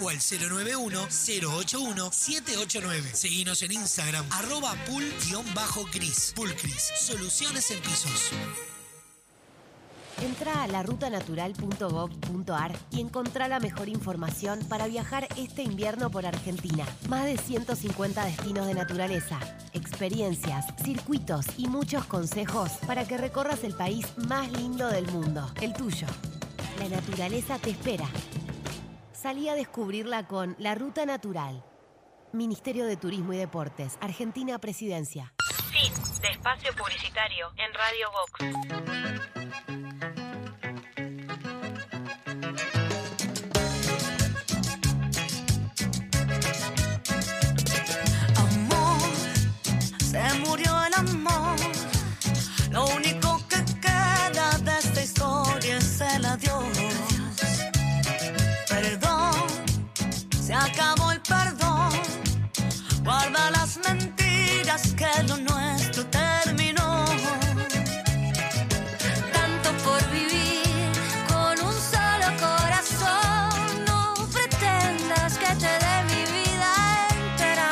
Speaker 17: o al 091-081-789. Seguinos en Instagram, arroba pul-cris. Pulcris, soluciones en pisos.
Speaker 23: Entra a larutanatural.gov.ar y encontrá la mejor información para viajar este invierno por Argentina. Más de 150 destinos de naturaleza, experiencias, circuitos y muchos consejos para que recorras el país más lindo del mundo, el tuyo. La naturaleza te espera. Salí a descubrirla con La Ruta Natural. Ministerio de Turismo y Deportes, Argentina Presidencia.
Speaker 10: Fin de espacio publicitario en Radio Vox.
Speaker 2: Amor, se murió el amor. Lo único que queda de esta historia es el adiós. Perdón, se acabó el perdón. Guarda las mentiras que lo nuestro terminó. Tanto por vivir con un solo corazón. No pretendas que te dé mi vida entera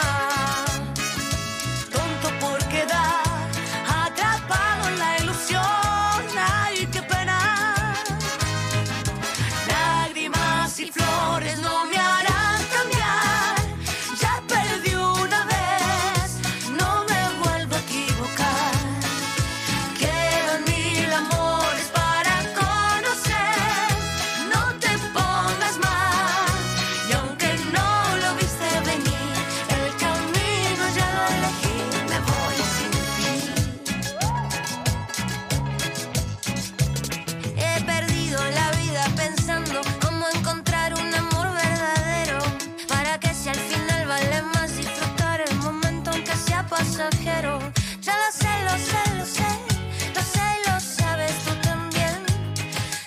Speaker 2: tonto por quedar atrapado en la ilusión. Ay, qué pena. Lágrimas y flores no me harán cambiar. Ya perdí una vez, no me vuelvo a equivocar. Quiero en mil amores para conocer. No te pongas mal. Y aunque no lo viste venir, el camino ya lo elegí, me voy sin ti. He perdido la vida pensando cómo encontrar un amor verdadero. Para que si al final vale más disfrutar el momento aunque sea pasajero. Ya lo sé, lo sé, lo sé. Lo sé y lo sabes tú también.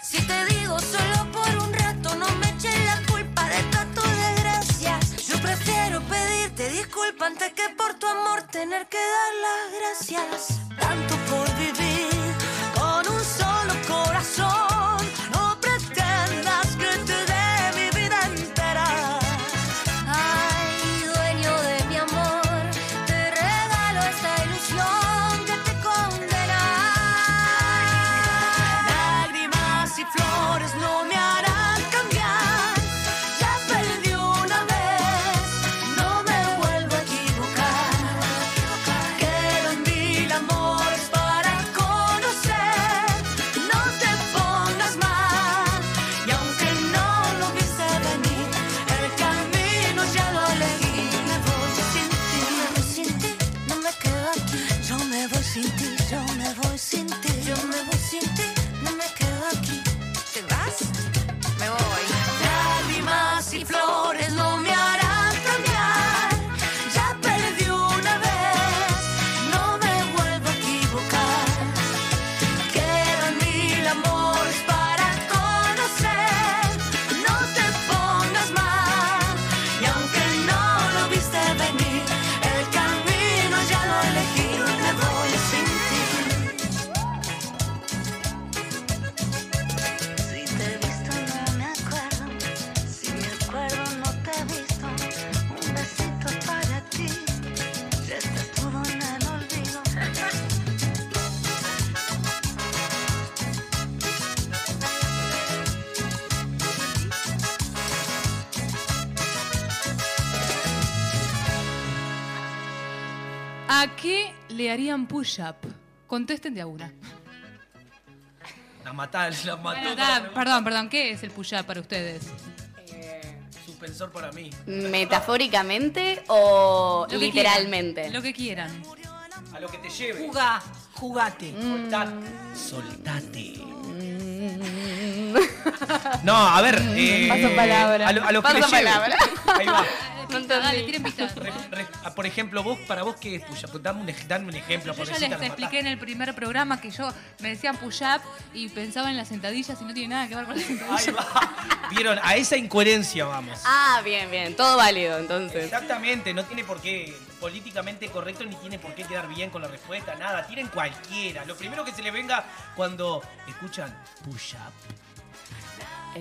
Speaker 2: Si te digo solo por un rato, no me eches la culpa de tanto desgracias. Yo prefiero pedirte disculpas antes que por tu amor tener que dar las gracias. Tanto por vivir con un solo corazón. No pretendas que te dé mi vida entera. Ay, dueño de mi amor, te regalo esta ilusión que te condena. Lágrimas y flores no me harán cambiar. Ya perdí una vez, no me vuelvo a equivocar. Quedan mil amores para
Speaker 4: ¿A qué le harían push-up? Contesten de a una.
Speaker 3: La matá, la mató.
Speaker 4: Bueno, da, perdón, perdón, ¿qué es el push-up para ustedes?
Speaker 3: Eh, Suspensor para mí.
Speaker 20: ¿Metafóricamente o
Speaker 4: Lo que
Speaker 20: literalmente?
Speaker 4: quieran, lo que quieran.
Speaker 3: A lo que te lleve.
Speaker 19: Jugá, jugate.
Speaker 3: Soltate.
Speaker 4: Mm.
Speaker 3: No, a ver. Eh,
Speaker 21: Paso palabra.
Speaker 3: A, lo- a los que
Speaker 21: Paso
Speaker 3: le lleve.
Speaker 21: palabra.
Speaker 3: Ahí va.
Speaker 4: Dale, tiren pista.
Speaker 3: Ah, Por ejemplo, vos, para vos, ¿qué es push-up? Dame un, ej- dame un ejemplo.
Speaker 4: Yo ya
Speaker 3: pobrecita,
Speaker 4: les
Speaker 3: la
Speaker 4: expliqué en el primer programa que yo me decían push-up y pensaba en las sentadillas y no tiene nada que ver con las sentadillas.
Speaker 3: matá. Vieron, a esa incoherencia vamos.
Speaker 20: Ah, bien, bien. Todo válido, entonces.
Speaker 3: Exactamente, no tiene por qué políticamente correcto ni tiene por qué quedar bien con la respuesta, nada, tiren cualquiera. Lo primero que se les venga cuando escuchan push up.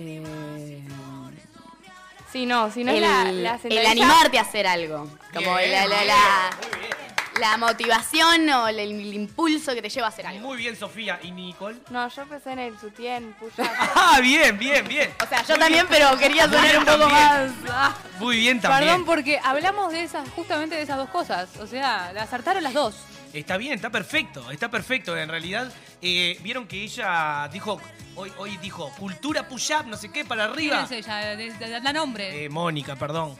Speaker 21: Sí, no, si no es
Speaker 20: Eh, el,
Speaker 21: la, la
Speaker 20: el
Speaker 21: sentadilla-
Speaker 20: animarte a hacer algo. Como
Speaker 21: Bien,
Speaker 20: la, la,
Speaker 21: muy
Speaker 20: la- la motivación o el, el impulso que te lleva a hacer algo.
Speaker 3: Muy bien, Sofía y Nicole.
Speaker 21: No, yo pensé en el sutién, push-up.
Speaker 3: Ah, bien, bien, bien.
Speaker 20: O sea, yo también, pero quería
Speaker 3: Muy
Speaker 20: sonar
Speaker 3: bien
Speaker 20: un poco más.
Speaker 3: también. Muy bien también.
Speaker 21: Perdón, porque hablamos de esas, justamente de esas dos cosas. O sea, la acertaron las dos.
Speaker 3: Está bien, está perfecto, está perfecto. En realidad, eh, vieron que ella dijo, hoy, hoy dijo, cultura push up, no sé qué, para
Speaker 4: ¿Quién
Speaker 3: arriba.
Speaker 4: es ella? De- de- Da nombre.
Speaker 3: Eh, Mónica, perdón.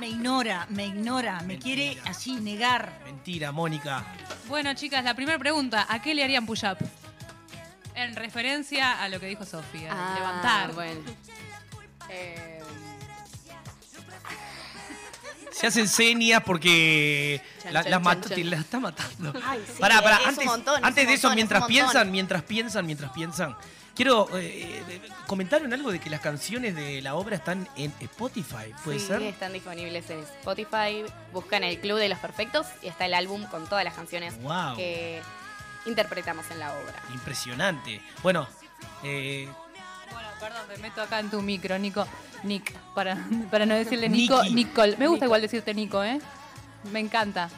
Speaker 19: Me ignora, me ignora, me quiere así negar.
Speaker 3: Mentira, Mónica.
Speaker 4: Bueno, chicas, la primera pregunta. ¿A qué le harían push-up? En referencia a lo que dijo Sofía.
Speaker 20: Ah,
Speaker 4: levantar.
Speaker 20: bueno.
Speaker 3: Se hacen señas porque
Speaker 20: Chan,
Speaker 3: la-
Speaker 20: chan,
Speaker 3: las
Speaker 20: chan,
Speaker 3: mató-
Speaker 20: chan.
Speaker 3: te- las está matando.
Speaker 20: Ay, sí,
Speaker 3: pará, pará,
Speaker 20: es un
Speaker 3: antes,
Speaker 20: montón, es
Speaker 3: antes
Speaker 20: un
Speaker 3: de eso,
Speaker 20: montón, es
Speaker 3: mientras
Speaker 20: un montón.
Speaker 3: piensan, mientras piensan, mientras piensan, quiero. eh, eh, comentaron algo de que las canciones de la obra están en Spotify, ¿puede
Speaker 20: sí,
Speaker 3: ser?
Speaker 20: están disponibles en Spotify. Buscan el Club de los Perfectos y está el álbum con todas las canciones
Speaker 3: Wow.
Speaker 20: que interpretamos en la obra.
Speaker 3: Impresionante. Bueno, eh,
Speaker 4: Bueno, perdón, me meto acá en tu micro, Nico. Nick, para, para no decirle Nico,
Speaker 3: Nicky.
Speaker 4: Nicole. Me
Speaker 21: Nico.
Speaker 4: gusta igual decirte Nico, ¿eh? Me encanta.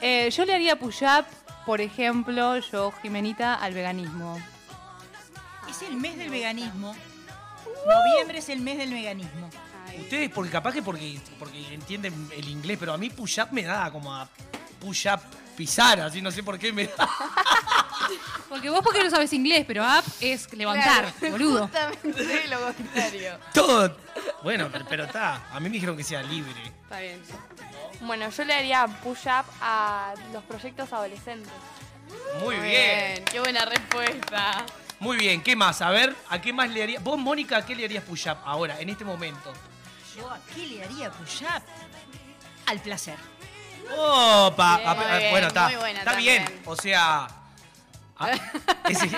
Speaker 4: Eh, yo le haría push-up, por ejemplo, yo, Jimenita, al veganismo.
Speaker 19: Es el mes del veganismo. Noviembre es el mes del veganismo.
Speaker 3: ustedes, porque capaz que porque, porque entienden el inglés, pero a mí push up me da como a push up pisar, así no sé por qué me da.
Speaker 4: Porque vos porque no sabes inglés, pero up es levantar,
Speaker 20: Claro,
Speaker 4: boludo.
Speaker 20: Justamente lo contrario.
Speaker 3: Todo. Bueno, pero- pero está. A mí me dijeron que sea libre.
Speaker 21: Está bien. Bueno, yo le haría push-up a los proyectos adolescentes.
Speaker 3: Muy bien.
Speaker 21: Qué buena respuesta.
Speaker 3: Muy bien, ¿qué más? A ver, ¿a qué más le harías? Vos, Mónica, ¿a qué le harías push-up ahora, en este momento?
Speaker 19: Yo a qué le haría push-up? Al placer.
Speaker 3: ¡Opa!
Speaker 19: Bien,
Speaker 3: Ah,
Speaker 19: muy
Speaker 3: ah,
Speaker 19: bien,
Speaker 3: bueno, está.
Speaker 19: muy buena
Speaker 3: Está
Speaker 19: también.
Speaker 3: bien. O sea. ah, ese-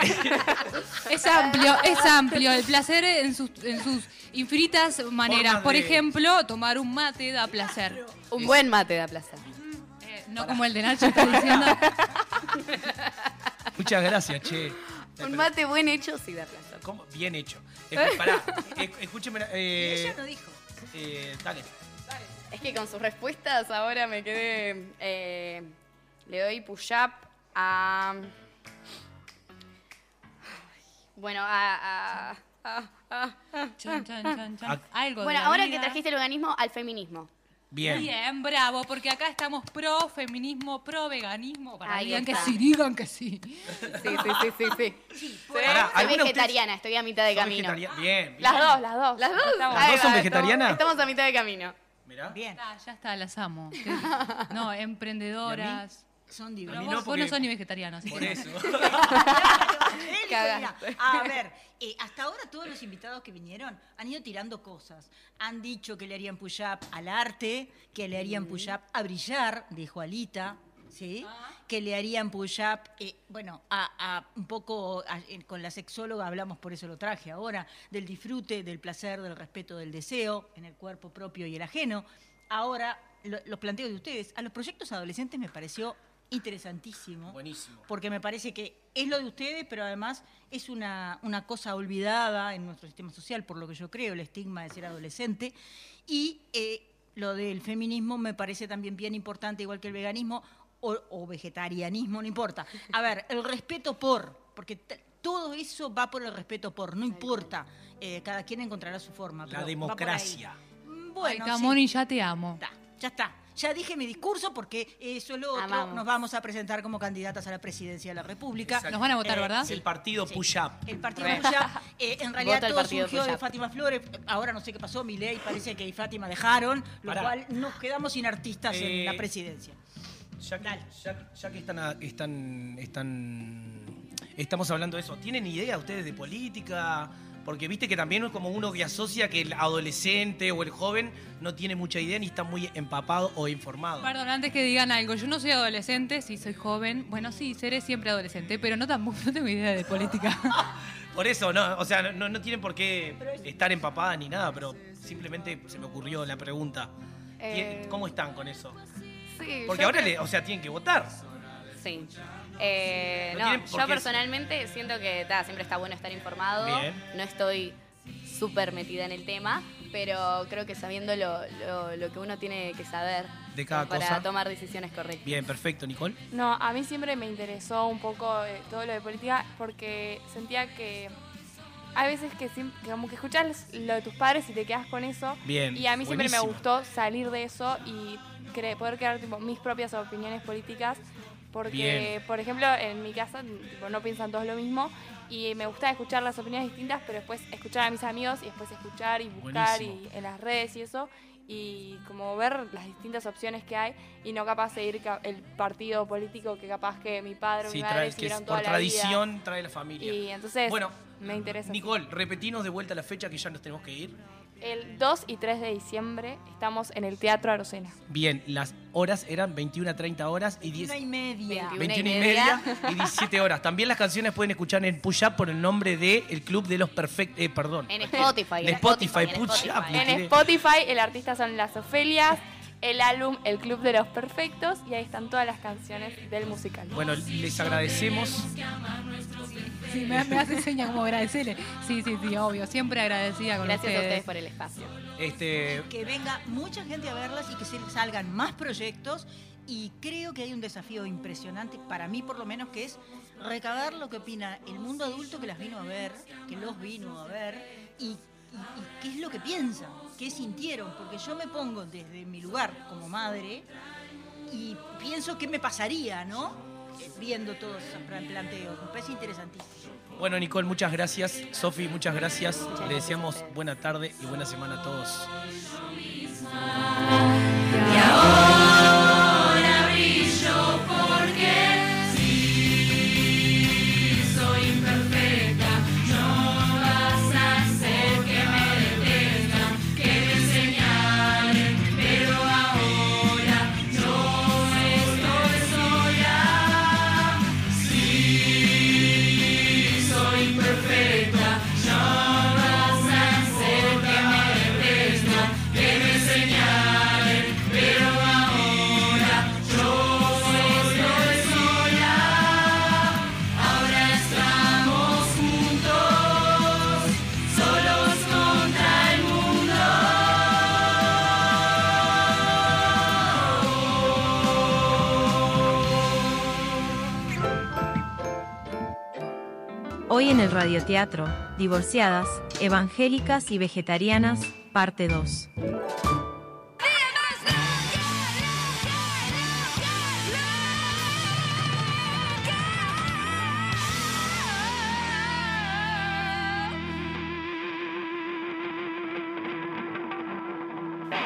Speaker 4: Es amplio, es amplio. El placer en sus, en sus infinitas maneras.
Speaker 20: Formas
Speaker 4: Por
Speaker 20: de-
Speaker 4: ejemplo, tomar un mate da placer.
Speaker 20: Un buen mate da placer.
Speaker 4: Eh, no como el de Nacho está diciendo.
Speaker 3: Muchas gracias, che.
Speaker 20: Un mate buen hecho sí da placer.
Speaker 3: ¿Cómo? Bien hecho. Eh, pará, eh, escúcheme. Eh,
Speaker 20: Ella no dijo.
Speaker 3: eh, dale.
Speaker 20: Es que con sus respuestas ahora me quedé. eh, le doy push up a. Bueno, a. a- a- a- a-
Speaker 4: Chan, chan, chan, chan.
Speaker 3: Ah.
Speaker 4: Algo de
Speaker 20: bueno,
Speaker 4: la
Speaker 20: ahora
Speaker 4: vida.
Speaker 20: que trajiste el organismo al feminismo.
Speaker 3: Bien.
Speaker 4: Bien, bravo, porque acá estamos pro feminismo, pro veganismo. Para
Speaker 20: Ahí
Speaker 4: digan que
Speaker 20: está.
Speaker 4: sí, digan que sí.
Speaker 20: Sí, sí, sí, sí. sí.
Speaker 3: Pará,
Speaker 20: Soy
Speaker 3: ¿alguna de
Speaker 20: vegetariana, estoy a mitad de
Speaker 3: ustedes son
Speaker 20: camino.
Speaker 3: vegetaria- Bien. bien.
Speaker 20: Las dos, las dos. Las dos,
Speaker 3: ¿Las
Speaker 20: Ahí
Speaker 3: dos son
Speaker 20: va,
Speaker 3: vegetarianas?
Speaker 20: Estamos, estamos a mitad de camino.
Speaker 19: Bien.
Speaker 4: Ah, ya está, las amo. No, emprendedoras.
Speaker 19: Son
Speaker 3: A
Speaker 19: divinas.
Speaker 3: mí
Speaker 4: Vos,
Speaker 3: no,
Speaker 4: vos
Speaker 3: porque-
Speaker 4: no sos ni vegetariano. así
Speaker 3: Por
Speaker 4: que-
Speaker 3: eso.
Speaker 19: Él
Speaker 4: Cagaste.
Speaker 19: dijo, mira, a ver, eh, hasta ahora todos los invitados que vinieron han ido tirando cosas. Han dicho que le harían push-up al arte, que le harían push-up a brillar, dijo Alita, ¿sí? Que le harían push-up, eh, bueno, a, a un poco, a- eh, con la sexóloga hablamos, por eso lo traje ahora, del disfrute, del placer, del respeto, del deseo en el cuerpo propio y el ajeno. Ahora, lo- los planteos de ustedes, a los proyectos adolescentes me pareció interesantísimo
Speaker 3: Buenísimo.
Speaker 19: porque me parece que es lo de ustedes, pero además es una, una cosa olvidada en nuestro sistema social, por lo que yo creo, el estigma de ser adolescente. Y eh, lo del feminismo me parece también bien importante, igual que el veganismo o, o vegetarianismo, no importa. A ver, el respeto por, porque t- todo eso va por el respeto por, no importa. Eh, cada quien encontrará su forma. pero
Speaker 3: La
Speaker 19: va por ahí.
Speaker 3: democracia.
Speaker 19: Bueno,
Speaker 4: Ay, Camoni,
Speaker 19: sí.
Speaker 4: ya te amo.
Speaker 19: Ya está. ya dije mi discurso porque eso es lo
Speaker 3: Ah,
Speaker 19: otro.
Speaker 15: Amamos.
Speaker 19: Nos vamos a presentar como candidatas a la presidencia de la República.
Speaker 3: Exacto.
Speaker 19: Nos van a votar,
Speaker 3: Eh,
Speaker 19: ¿verdad?
Speaker 3: El partido push up.
Speaker 19: El partido
Speaker 3: Re.
Speaker 19: ya, eh, en realidad
Speaker 3: Vota el
Speaker 19: todo
Speaker 3: partido
Speaker 19: surgió de
Speaker 3: Puyap.
Speaker 19: Fátima Flores. Ahora no sé qué pasó, Milei parece que y Fátima dejaron, lo
Speaker 3: Pará.
Speaker 19: cual nos quedamos sin artistas
Speaker 3: Eh,
Speaker 19: en la presidencia.
Speaker 3: Ya que, ya- ya que están, a- están, están, estamos hablando de eso, ¿tienen idea ustedes de política? Porque viste que también es como uno que asocia que el adolescente o el joven no tiene mucha idea ni está muy empapado o informado.
Speaker 20: Perdón, antes que digan algo, yo no soy adolescente, sí soy joven. Bueno, sí, seré siempre adolescente, pero no tampoco no tengo idea de política.
Speaker 3: Por eso, no, o sea, no, no tienen por qué estar empapada ni nada, pero simplemente se me ocurrió la pregunta.
Speaker 4: Eh,
Speaker 3: ¿Cómo están con eso?
Speaker 4: Sí,
Speaker 3: Porque
Speaker 4: yo
Speaker 3: ahora,
Speaker 4: creo-
Speaker 3: le- o sea, tienen que votar.
Speaker 4: Sí. Eh,
Speaker 3: No
Speaker 4: no,
Speaker 3: tienen por
Speaker 4: yo
Speaker 3: qué-
Speaker 4: personalmente siento que ta, siempre está bueno estar informado.
Speaker 3: Bien.
Speaker 4: No estoy súper metida en el tema, pero creo que sabiendo lo, lo- lo que uno tiene que saber
Speaker 3: De cada
Speaker 4: para
Speaker 3: cosa.
Speaker 4: tomar decisiones correctas.
Speaker 3: Bien, perfecto, Nicole.
Speaker 21: No, a mí siempre me interesó un poco eh, todo lo de política porque sentía que hay veces que, sim- que como que escuchas lo de tus padres y te quedas con eso.
Speaker 3: Bien,
Speaker 21: Y a mí siempre me
Speaker 3: buenísimo.
Speaker 21: gustó salir de eso y cre- poder crear tipo, mis propias opiniones políticas. Porque,
Speaker 3: Bien.
Speaker 21: por ejemplo, en mi casa tipo, no piensan todos lo mismo y me gustaba escuchar las opiniones distintas, pero después escuchar a mis amigos y después escuchar y buscar y,
Speaker 24: Buenísimo.
Speaker 21: en las redes y eso y como ver las distintas opciones que hay y no capaz seguir ca- el partido político que capaz que mi padre o
Speaker 3: Sí,
Speaker 21: mi
Speaker 3: trae-
Speaker 21: madre
Speaker 3: que es
Speaker 21: siguieron toda
Speaker 3: por
Speaker 21: la vida.
Speaker 3: tradición trae la familia.
Speaker 21: Y entonces
Speaker 3: Bueno,
Speaker 21: me interesa.
Speaker 3: Nicole, repetinos de vuelta la fecha que ya nos tenemos que ir.
Speaker 21: El 2 y 3 de diciembre estamos en el Teatro Arocena.
Speaker 3: Bien, las horas eran 21 a 30 horas y 10.
Speaker 19: Una y media.
Speaker 3: 21 y media y 17 horas. También las canciones pueden escuchar en Push Up por el nombre de El Club de los Perfectos. Eh, perdón.
Speaker 4: En Spotify.
Speaker 3: De Spotify, Push Up. me
Speaker 21: En
Speaker 3: tiré.
Speaker 21: Spotify el artista son Las Ofelias, el álbum El Club de los Perfectos y ahí están todas las canciones del musical.
Speaker 3: Bueno, les agradecemos.
Speaker 20: Sí, me, me hace señas como agradecerle. Sí, sí, sí, obvio. Siempre agradecida con
Speaker 4: Gracias a
Speaker 20: ustedes.
Speaker 4: ustedes por el espacio.
Speaker 3: Este,
Speaker 19: Que venga mucha gente a verlas y que se- salgan más proyectos. Y creo que hay un desafío impresionante, para mí por lo menos, que es recabar lo que opina el mundo adulto que las vino a ver, que los vino a ver, y, y- y qué es lo que piensan, qué sintieron. Porque yo me pongo desde mi lugar como madre y pienso qué me pasaría, ¿no? Eh, Viendo todos esos plan- planteos. Me parece interesantísimo.
Speaker 3: Bueno, Nicole, muchas gracias. Sofi, muchas gracias. Le deseamos buena tarde y buena semana a todos.
Speaker 2: Y ahora brillo porque sí, soy imperfecta. No vas a hacer que me detengan, que me señalen, pero ahora yo estoy sola. Sí, soy imperfecta. No vas a hacer que me detengan, que me señalen. Pero ahora yo estoy sola, ahora estamos juntos, solos contra el
Speaker 1: Hoy en el radioteatro, divorciadas, evangélicas y vegetarianas, parte 2.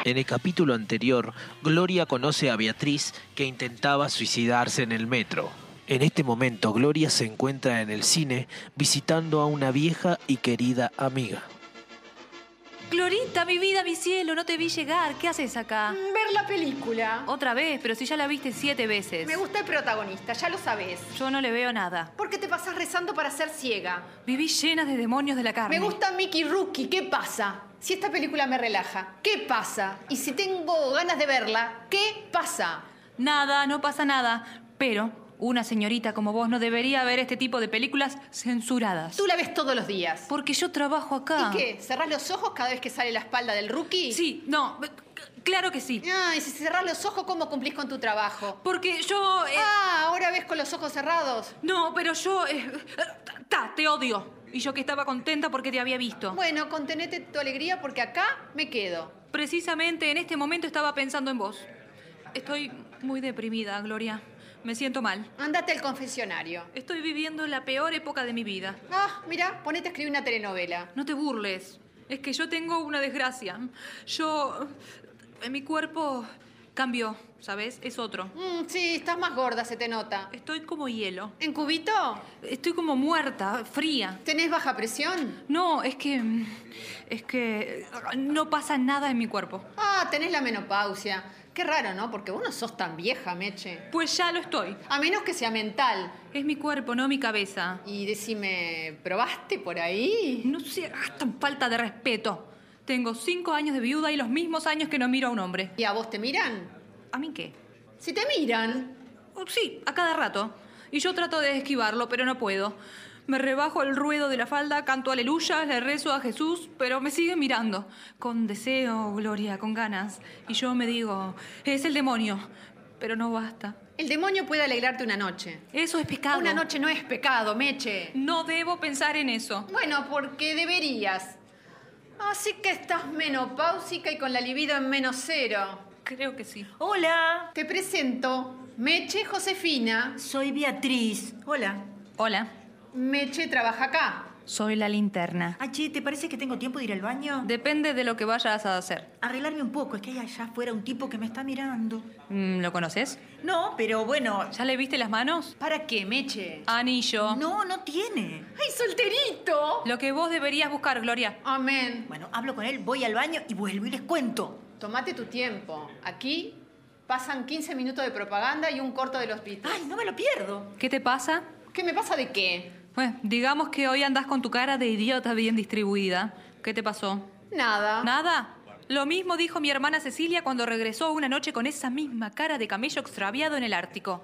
Speaker 25: En el capítulo anterior, Gloria conoce a Beatriz que intentaba suicidarse en el metro. En este momento, Gloria se encuentra en el cine visitando a una vieja y querida amiga.
Speaker 6: Glorita, mi vida, mi cielo, no te vi llegar. ¿Qué haces acá?
Speaker 26: Ver la película.
Speaker 6: Otra vez, pero si ya la viste siete veces.
Speaker 26: Me gusta el protagonista, ya lo sabes.
Speaker 6: Yo no le veo nada.
Speaker 26: ¿Por qué te pasas rezando para ser ciega?
Speaker 6: Viví llena de demonios de la carne.
Speaker 26: Me gusta Mickey Rookie, ¿qué pasa? Si esta película me relaja, ¿qué pasa? Y si tengo ganas de verla, ¿qué pasa?
Speaker 6: Nada, no pasa nada. Pero una señorita como vos no debería ver este tipo de películas censuradas.
Speaker 26: Tú la ves todos los días.
Speaker 6: Porque yo trabajo acá.
Speaker 26: ¿Y qué? ¿Cerrás los ojos cada vez que sale la espalda del rookie?
Speaker 6: Sí, no, claro que sí.
Speaker 26: Ah, y si cerrás los ojos, ¿cómo cumplís con tu trabajo?
Speaker 6: Porque yo... eh,
Speaker 26: Ah, ahora ves con los ojos cerrados.
Speaker 6: No, pero yo... eh, ta, te odio. Y yo que estaba contenta porque te había visto.
Speaker 26: Bueno, contenete tu alegría porque acá me quedo.
Speaker 6: Precisamente en este momento estaba pensando en vos.
Speaker 4: Estoy muy deprimida, Gloria. Me siento mal.
Speaker 26: Andate al confesionario.
Speaker 4: Estoy viviendo la peor época de mi vida.
Speaker 26: Ah, mira, ponete a escribir una telenovela.
Speaker 4: No te burles. Es que yo tengo una desgracia. Yo... eh, Mi cuerpo cambió, ¿sabes? Es otro.
Speaker 26: Mm, sí, estás más gorda, se te nota.
Speaker 4: Estoy como hielo.
Speaker 26: ¿En cubito?
Speaker 4: Estoy como muerta, fría.
Speaker 26: ¿Tenés baja presión?
Speaker 4: No, es que... mm, Es que... eh, No pasa nada en mi cuerpo.
Speaker 26: Ah, tenés la menopausia. Qué raro, ¿no? Porque vos no sos tan vieja, Meche.
Speaker 4: Pues ya lo estoy.
Speaker 26: A menos que sea mental.
Speaker 4: Es mi cuerpo, no mi cabeza.
Speaker 26: Y decime, ¿probaste por ahí?
Speaker 4: No se hagas tan falta de respeto. Tengo cinco años de viuda y los mismos años que no miro a un hombre.
Speaker 26: ¿Y a vos te miran?
Speaker 4: ¿A mí qué?
Speaker 26: Si te miran.
Speaker 4: Oh, Sí, a cada rato. Y yo trato de esquivarlo, pero no puedo. Me rebajo el ruedo de la falda, canto aleluya, le rezo a Jesús, pero me sigue mirando. Con deseo, gloria, con ganas. Y yo me digo, es el demonio. Pero no basta.
Speaker 26: El demonio puede alegrarte una noche.
Speaker 4: Eso es pecado.
Speaker 26: Una noche no es pecado, Meche.
Speaker 4: No debo pensar en eso.
Speaker 26: Bueno, porque deberías. Así que estás menopáusica y con la libido en menos cero.
Speaker 4: Creo que sí.
Speaker 26: Hola. Te presento Meche Josefina.
Speaker 19: Soy Beatriz. Hola.
Speaker 4: Hola.
Speaker 26: Meche trabaja acá.
Speaker 4: Soy la linterna.
Speaker 19: Ah, che, ¿te parece que tengo tiempo de ir al baño?
Speaker 4: Depende de lo que vayas a hacer.
Speaker 19: Arreglarme un poco, es que hay allá afuera un tipo que me está mirando.
Speaker 4: Mm, ¿Lo conoces?
Speaker 19: No, pero bueno.
Speaker 4: ¿Ya le viste las manos?
Speaker 26: ¿Para qué, Meche?
Speaker 4: Anillo.
Speaker 19: No, no tiene.
Speaker 26: ¡Ay, solterito!
Speaker 4: Lo que vos deberías buscar, Gloria.
Speaker 26: Amén.
Speaker 19: Bueno, hablo con él, voy al baño y vuelvo y les cuento.
Speaker 26: Tomate tu tiempo. Aquí pasan 15 minutos de propaganda y un corto de los Beatles.
Speaker 19: Ay, no me lo pierdo.
Speaker 4: ¿Qué te pasa?
Speaker 26: ¿Qué me pasa de qué?
Speaker 4: Pues, digamos que hoy andás con tu cara de idiota bien distribuida. ¿Qué te pasó?
Speaker 26: Nada.
Speaker 4: ¿Nada? Lo mismo dijo mi hermana Cecilia cuando regresó una noche con esa misma cara de camello extraviado en el Ártico.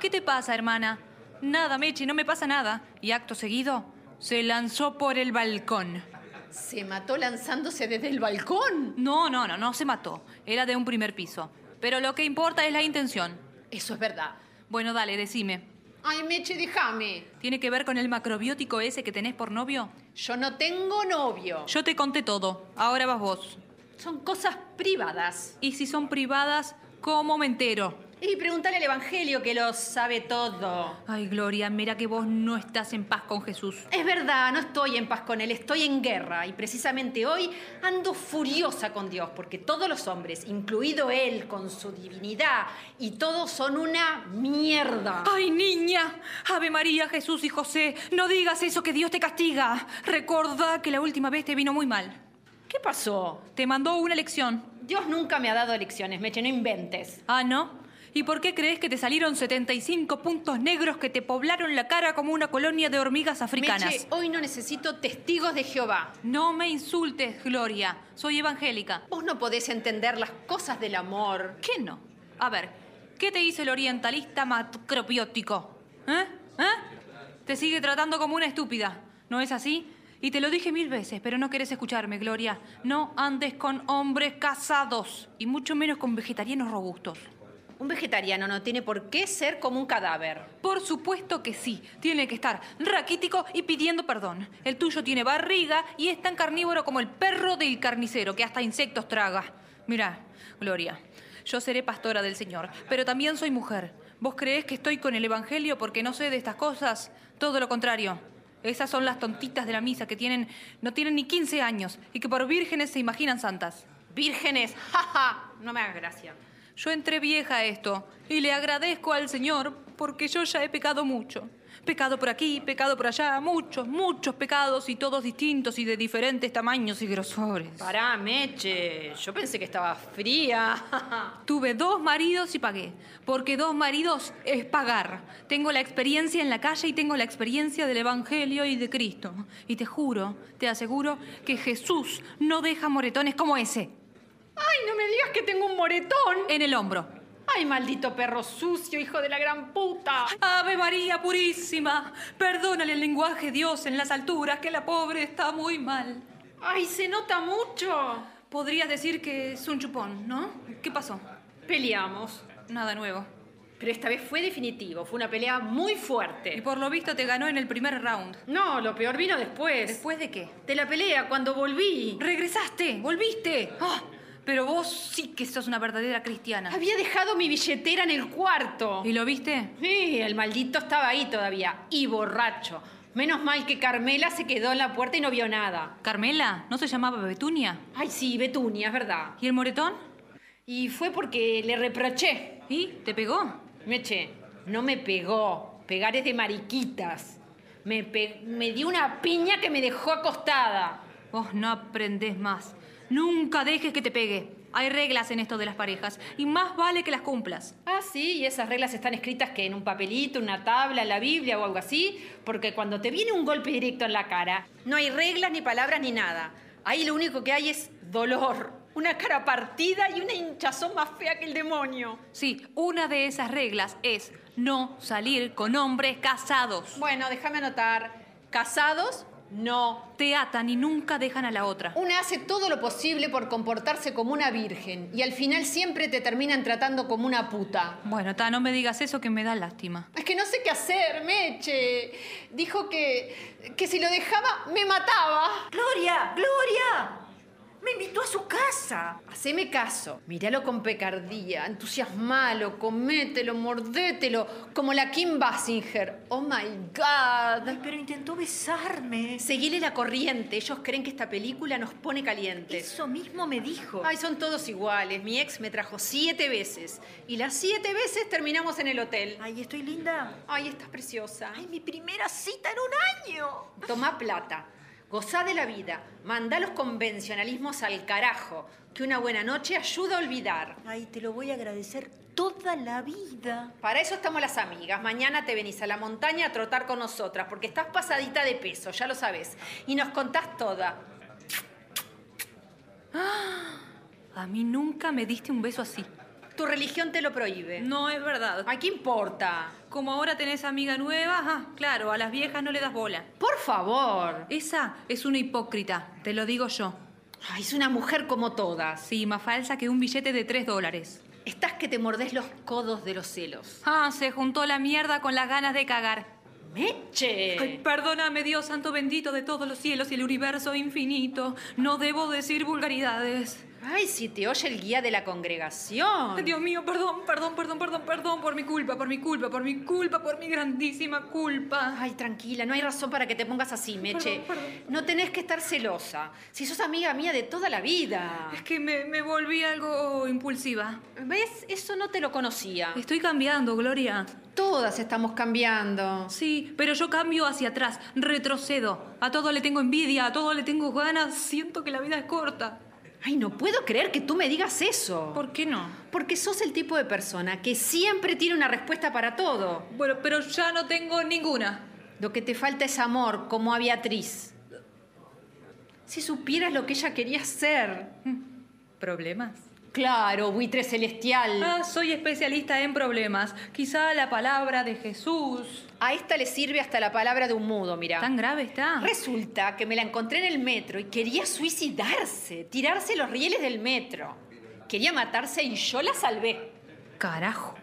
Speaker 4: ¿Qué te pasa, hermana? Nada, Mechi, no me pasa nada. Y acto seguido, se lanzó por el balcón.
Speaker 26: Se mató lanzándose desde el balcón.
Speaker 4: No, no, no, no se mató. Era de un primer piso. Pero lo que importa es la intención.
Speaker 26: Eso es verdad.
Speaker 4: Bueno, dale, decime.
Speaker 26: Ay, Meche, déjame.
Speaker 4: ¿Tiene que ver con el macrobiótico ese que tenés por novio?
Speaker 26: Yo no tengo novio.
Speaker 4: Yo te conté todo. Ahora vas vos.
Speaker 26: Son cosas privadas.
Speaker 4: Y si son privadas, ¿cómo me entero?
Speaker 26: Y pregúntale al Evangelio que lo sabe todo.
Speaker 4: Ay, Gloria, mira que vos no estás en paz con Jesús.
Speaker 26: Es verdad, no estoy en paz con él, estoy en guerra. Y precisamente hoy ando furiosa con Dios, porque todos los hombres, incluido él con su divinidad, y todos son una mierda.
Speaker 4: Ay, niña, Ave María, Jesús y José, no digas eso que Dios te castiga. Recuerda que la última vez te vino muy mal.
Speaker 26: ¿Qué pasó?
Speaker 4: Te mandó una lección.
Speaker 26: Dios nunca me ha dado lecciones, Meche, no inventes.
Speaker 4: Ah, ¿no? ¿Y por qué crees que te salieron 75 puntos negros que te poblaron la cara como una colonia de hormigas africanas?
Speaker 26: Meche, hoy no necesito testigos de Jehová.
Speaker 4: No me insultes, Gloria. Soy evangélica.
Speaker 26: Vos no podés entender las cosas del amor.
Speaker 4: ¿Qué no? A ver, ¿qué te hizo el orientalista macrobiótico? ¿Eh? ¿Eh? Te sigue tratando como una estúpida, ¿no es así? Y te lo dije mil veces, pero no querés escucharme, Gloria. No andes con hombres casados, y mucho menos con vegetarianos robustos.
Speaker 26: Un vegetariano no tiene por qué ser como un cadáver.
Speaker 4: Por supuesto que sí, tiene que estar raquítico y pidiendo perdón. El tuyo tiene barriga y es tan carnívoro como el perro del carnicero, que hasta insectos traga. Mira, Gloria, yo seré pastora del Señor, pero también soy mujer. ¿Vos creés que estoy con el Evangelio porque no sé de estas cosas? Todo lo contrario. Esas son las tontitas de la misa que tienen, no tienen ni 15 años y que por vírgenes se imaginan santas.
Speaker 26: Vírgenes, jaja, no me hagas gracia.
Speaker 4: Yo entré vieja a esto y le agradezco al Señor porque yo ya he pecado mucho. Pecado por aquí, pecado por allá, muchos, muchos pecados y todos distintos y de diferentes tamaños y grosores.
Speaker 26: Pará, Meche, yo pensé que estaba fría.
Speaker 4: Tuve dos maridos y pagué, porque dos maridos es pagar. Tengo la experiencia en la calle y tengo la experiencia del Evangelio y de Cristo. Y te juro, te aseguro que Jesús no deja moretones como este. ese
Speaker 26: Ay, no me digas que tengo un moretón.
Speaker 4: en el hombro.
Speaker 26: Ay, maldito perro sucio, hijo de la gran puta.
Speaker 4: Ave María purísima, perdónale el lenguaje Dios en las alturas, que la pobre está muy mal.
Speaker 26: Ay, se nota mucho.
Speaker 4: Podrías decir que es un chupón, ¿no? ¿Qué pasó?
Speaker 26: Peleamos.
Speaker 4: Nada nuevo.
Speaker 26: Pero esta vez fue definitivo, fue una pelea muy
Speaker 4: Y
Speaker 26: fuerte.
Speaker 4: por lo visto te ganó en el primer round.
Speaker 26: No, lo peor vino después.
Speaker 4: ¿Después de qué?
Speaker 26: De la pelea, cuando volví.
Speaker 4: Regresaste, volviste. Ah, Pero vos sí que sos una verdadera cristiana.
Speaker 26: Había dejado mi billetera en el cuarto.
Speaker 4: ¿Y lo viste?
Speaker 26: Sí, el maldito estaba ahí todavía. Y borracho. Menos mal que Carmela se quedó en la puerta y no vio nada.
Speaker 4: ¿Carmela? ¿No se llamaba Betunia?
Speaker 26: Ay, sí, Betunia, es verdad.
Speaker 4: ¿Y el moretón?
Speaker 26: Y fue porque le reproché.
Speaker 4: ¿Y? ¿Te pegó?
Speaker 26: Meche, no me pegó. Pegar es de mariquitas. Me, pe- me dio una piña que me dejó acostada.
Speaker 4: Vos no aprendés más. Nunca dejes que te pegue. Hay reglas en esto de las parejas y más vale que las cumplas.
Speaker 26: Ah, sí, y esas reglas están escritas que en un papelito, una tabla, la Biblia o algo así, porque cuando te viene un golpe directo en la cara, no hay reglas ni palabras ni nada. Ahí lo único que hay es dolor, una cara partida y una hinchazón más fea que el demonio.
Speaker 4: Sí, una de esas reglas es no salir con hombres casados.
Speaker 26: Bueno, déjame anotar. Casados, no.
Speaker 4: Te atan y nunca dejan a la otra.
Speaker 26: Una hace todo lo posible por comportarse como una virgen y al final siempre te terminan tratando como una puta.
Speaker 4: Bueno, ta, no me digas eso que me da lástima.
Speaker 27: Es que no sé qué hacer, Meche. Dijo que, que si lo dejaba, me mataba.
Speaker 28: ¡Gloria! ¡Gloria! Me invitó a su casa.
Speaker 26: Haceme caso, míralo con pecardía, entusiasmalo, comételo, mordételo, como la Kim Basinger. Oh my god.
Speaker 28: pero intentó besarme.
Speaker 26: Seguile la corriente, ellos creen que esta película nos pone calientes.
Speaker 28: Eso mismo me dijo.
Speaker 26: Ay, son todos iguales. Mi ex me trajo siete veces. Y las siete veces terminamos en el hotel.
Speaker 28: Ay, estoy linda.
Speaker 26: Ay, estás preciosa.
Speaker 28: Ay, mi primera cita en un año.
Speaker 26: Tomá plata, gozá de la vida, mandá los convencionalismos al carajo, que una buena noche ayuda a olvidar.
Speaker 28: Ay, te lo voy a agradecer toda la vida.
Speaker 26: Para eso estamos las amigas. Mañana te venís a la montaña a trotar con nosotras, porque estás pasadita de peso, ya lo sabes. Y nos contás toda.
Speaker 4: A mí nunca me diste un beso así.
Speaker 26: Tu religión te lo prohíbe.
Speaker 4: No es verdad.
Speaker 26: Ay, ¿qué importa?
Speaker 4: Como ahora tenés amiga nueva, ajá, claro, a las viejas no le das bola.
Speaker 26: Por favor.
Speaker 4: Esa es una hipócrita, te lo digo yo.
Speaker 26: Ay, es una mujer como todas.
Speaker 4: Sí, más falsa que un billete de tres dólares.
Speaker 26: Estás que te mordés los codos de los celos.
Speaker 4: Ah, se juntó la mierda con las ganas de cagar.
Speaker 26: ¡Meche!
Speaker 4: Ay, perdóname, Dios santo bendito de todos los cielos y el universo infinito. No debo decir vulgaridades.
Speaker 26: Ay, si te oye el guía de la congregación.
Speaker 4: Dios mío, perdón, perdón, perdón, perdón, perdón por mi culpa, por mi culpa, por mi culpa, por mi grandísima culpa.
Speaker 26: Ay, tranquila, no hay razón para que te pongas así, Meche.
Speaker 4: Perdón, perdón.
Speaker 26: No tenés que estar celosa. Si sos amiga mía de toda la vida.
Speaker 4: Es que me, me volví algo impulsiva.
Speaker 26: ¿Ves? Eso no te lo conocía.
Speaker 4: Estoy cambiando, Gloria.
Speaker 26: Todas estamos cambiando.
Speaker 4: Sí, pero yo cambio hacia atrás, retrocedo. A todo le tengo envidia, a todo le tengo ganas, siento que la vida es corta.
Speaker 26: Ay, no puedo creer que tú me digas eso.
Speaker 4: ¿Por qué no?
Speaker 26: Porque sos el tipo de persona que siempre tiene una respuesta para todo.
Speaker 4: Bueno, pero ya no tengo ninguna.
Speaker 26: Lo que te falta es amor, como a Beatriz. Si supieras lo que ella quería ser.
Speaker 4: ¿Problemas?
Speaker 26: Claro, buitre celestial.
Speaker 4: Ah, soy especialista en problemas. Quizá la palabra de Jesús.
Speaker 26: A esta le sirve hasta la palabra de un mudo, mira.
Speaker 4: ¿Tan grave está?
Speaker 26: Resulta que me la encontré en el metro y quería suicidarse, tirarse los rieles del metro. Quería matarse y yo la salvé.
Speaker 4: Carajo.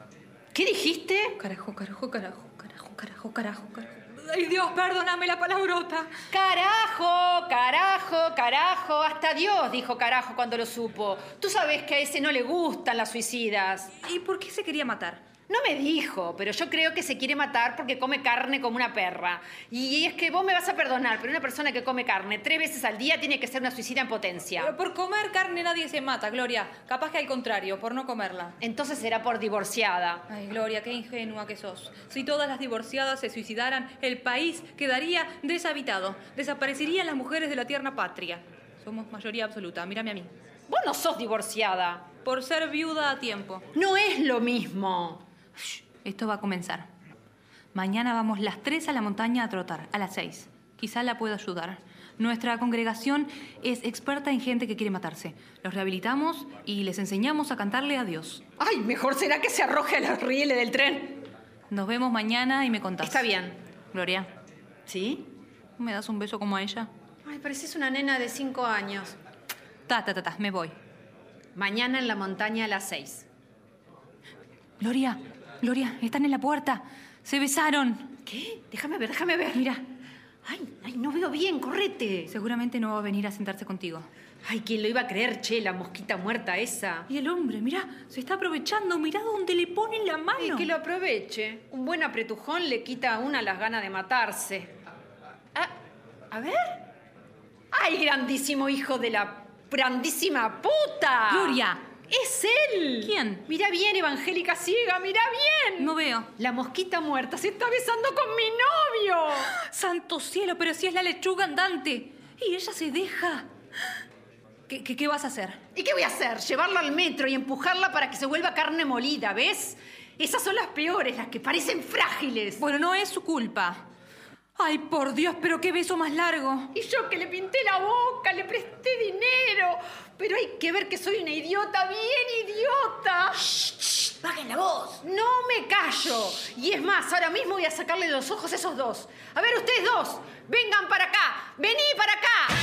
Speaker 26: ¿Qué dijiste?
Speaker 4: Carajo, carajo, carajo, carajo, carajo, carajo, carajo. Ay, Dios, perdóname la palabrota.
Speaker 26: Carajo, carajo, carajo. Hasta Dios dijo carajo cuando lo supo. Tú sabes que a ese no le gustan las suicidas.
Speaker 4: ¿Y por qué se quería matar?
Speaker 26: No me dijo, pero yo creo que se quiere matar porque come carne como una perra. Y es que vos me vas a perdonar, pero una persona que come carne tres veces al día tiene que ser una suicida en potencia.
Speaker 4: Pero por comer carne nadie se mata, Gloria. Capaz que al contrario, por no comerla.
Speaker 26: Entonces será por divorciada.
Speaker 4: Ay, Gloria, qué ingenua que sos. Si todas las divorciadas se suicidaran, el país quedaría deshabitado. Desaparecerían las mujeres de la tierna patria. Somos mayoría absoluta, mírame a mí.
Speaker 26: Vos no sos divorciada.
Speaker 4: Por ser viuda a tiempo.
Speaker 26: No es lo mismo.
Speaker 4: Shh, Esto va a comenzar. Mañana vamos las tres a la montaña a trotar, a las seis. Quizá la puedo ayudar. Nuestra congregación es experta en gente que quiere matarse. Los rehabilitamos y les enseñamos a cantarle a Dios.
Speaker 26: Ay, mejor será que se arroje a los rieles del tren.
Speaker 4: Nos vemos mañana y me contás.
Speaker 26: Está bien.
Speaker 4: Gloria,
Speaker 26: ¿Sí?
Speaker 4: ¿me das un beso como a ella?
Speaker 26: Ay, pareces una nena de cinco años.
Speaker 4: Ta, ta, ta, ta, me voy.
Speaker 26: Mañana en la montaña a las seis.
Speaker 4: Gloria, Gloria, están en la puerta. Se besaron.
Speaker 26: ¿Qué? Déjame ver, déjame ver. Mira. Ay, ay, no veo bien, correte.
Speaker 4: Seguramente no va a venir a sentarse contigo.
Speaker 26: Ay, ¿quién lo iba a creer, che, la mosquita muerta esa?
Speaker 4: Y el hombre, mirá, se está aprovechando, mirá dónde le ponen la mano.
Speaker 26: Ay, que lo aproveche. Un buen apretujón le quita a una las ganas de matarse. Ah, a ver. ¡Ay, grandísimo hijo de la grandísima puta!
Speaker 4: Gloria.
Speaker 26: ¡Es él!
Speaker 4: ¿Quién?
Speaker 26: Mira bien, evangélica ciega, mira bien.
Speaker 4: No veo.
Speaker 26: La mosquita muerta se está besando con mi novio.
Speaker 4: ¡Santo cielo! Pero si es la lechuga andante. Y ella se deja. ¿Qué, qué, qué vas a hacer?
Speaker 26: ¿Y qué voy a hacer? Llevarla al metro y empujarla para que se vuelva carne molida, ¿ves? Esas son las peores, las que parecen frágiles.
Speaker 4: Bueno, no es su culpa. Ay, por Dios, pero qué beso más largo.
Speaker 26: Y yo que le pinté la boca, le presté dinero. Pero hay que ver que soy una idiota, bien idiota.
Speaker 29: Shh, shh, bajen la voz.
Speaker 26: No me callo. Y es más, ahora mismo voy a sacarle los ojos a esos dos. A ver, ustedes dos, vengan para acá. Vení para acá.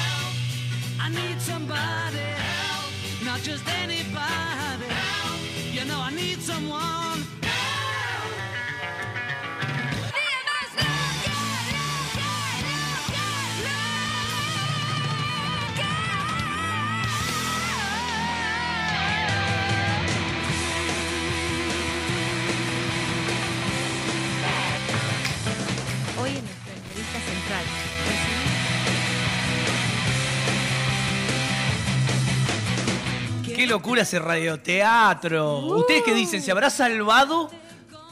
Speaker 2: I need somebody, help. not just anybody. Help. You know I need someone.
Speaker 1: Hoy en nuestra entrevista central.
Speaker 3: ¡Qué locura ese radioteatro! ¿Ustedes qué dicen? ¿Se habrá salvado?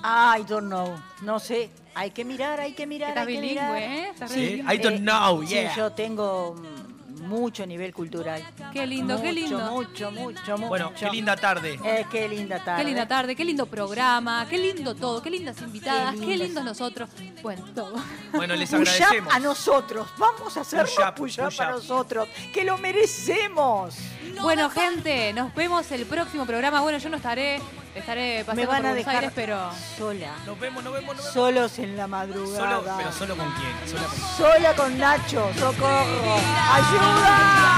Speaker 19: I don't know. No sé. Hay que mirar, hay que mirar.
Speaker 4: Estás
Speaker 19: hay que
Speaker 4: bilingüe,
Speaker 19: mirar.
Speaker 4: ¿eh? Estás
Speaker 3: Sí, I don't know,
Speaker 19: sí,
Speaker 3: yeah.
Speaker 19: yo tengo mm, mucho nivel cultural.
Speaker 4: Qué lindo, qué
Speaker 19: Mucho,
Speaker 4: lindo.
Speaker 19: Mucho, mucho, mucho.
Speaker 3: Bueno, qué linda tarde.
Speaker 19: Eh, qué linda tarde.
Speaker 4: Qué linda tarde, qué lindo programa, qué lindo todo, qué lindas invitadas,
Speaker 19: Qué
Speaker 4: qué,
Speaker 19: lindo.
Speaker 4: lindos nosotros. Bueno, todo.
Speaker 3: Bueno, les
Speaker 19: Push up
Speaker 3: agradecemos.
Speaker 19: a nosotros. Vamos a hacer
Speaker 3: Push up,
Speaker 19: push up
Speaker 3: push
Speaker 19: a
Speaker 3: up.
Speaker 19: nosotros, que lo merecemos.
Speaker 4: Bueno, gente, nos vemos el próximo programa. Bueno, yo no estaré, estaré
Speaker 19: Me
Speaker 4: pasando por
Speaker 19: van a
Speaker 4: Buenos
Speaker 19: dejar
Speaker 4: Aires, pero...
Speaker 19: sola.
Speaker 3: Nos vemos, nos vemos, nos vemos.
Speaker 19: Solos en la madrugada.
Speaker 3: Solo, pero solo con quién. Sola con-
Speaker 19: Sola con Nacho. Socorro. Ayuda.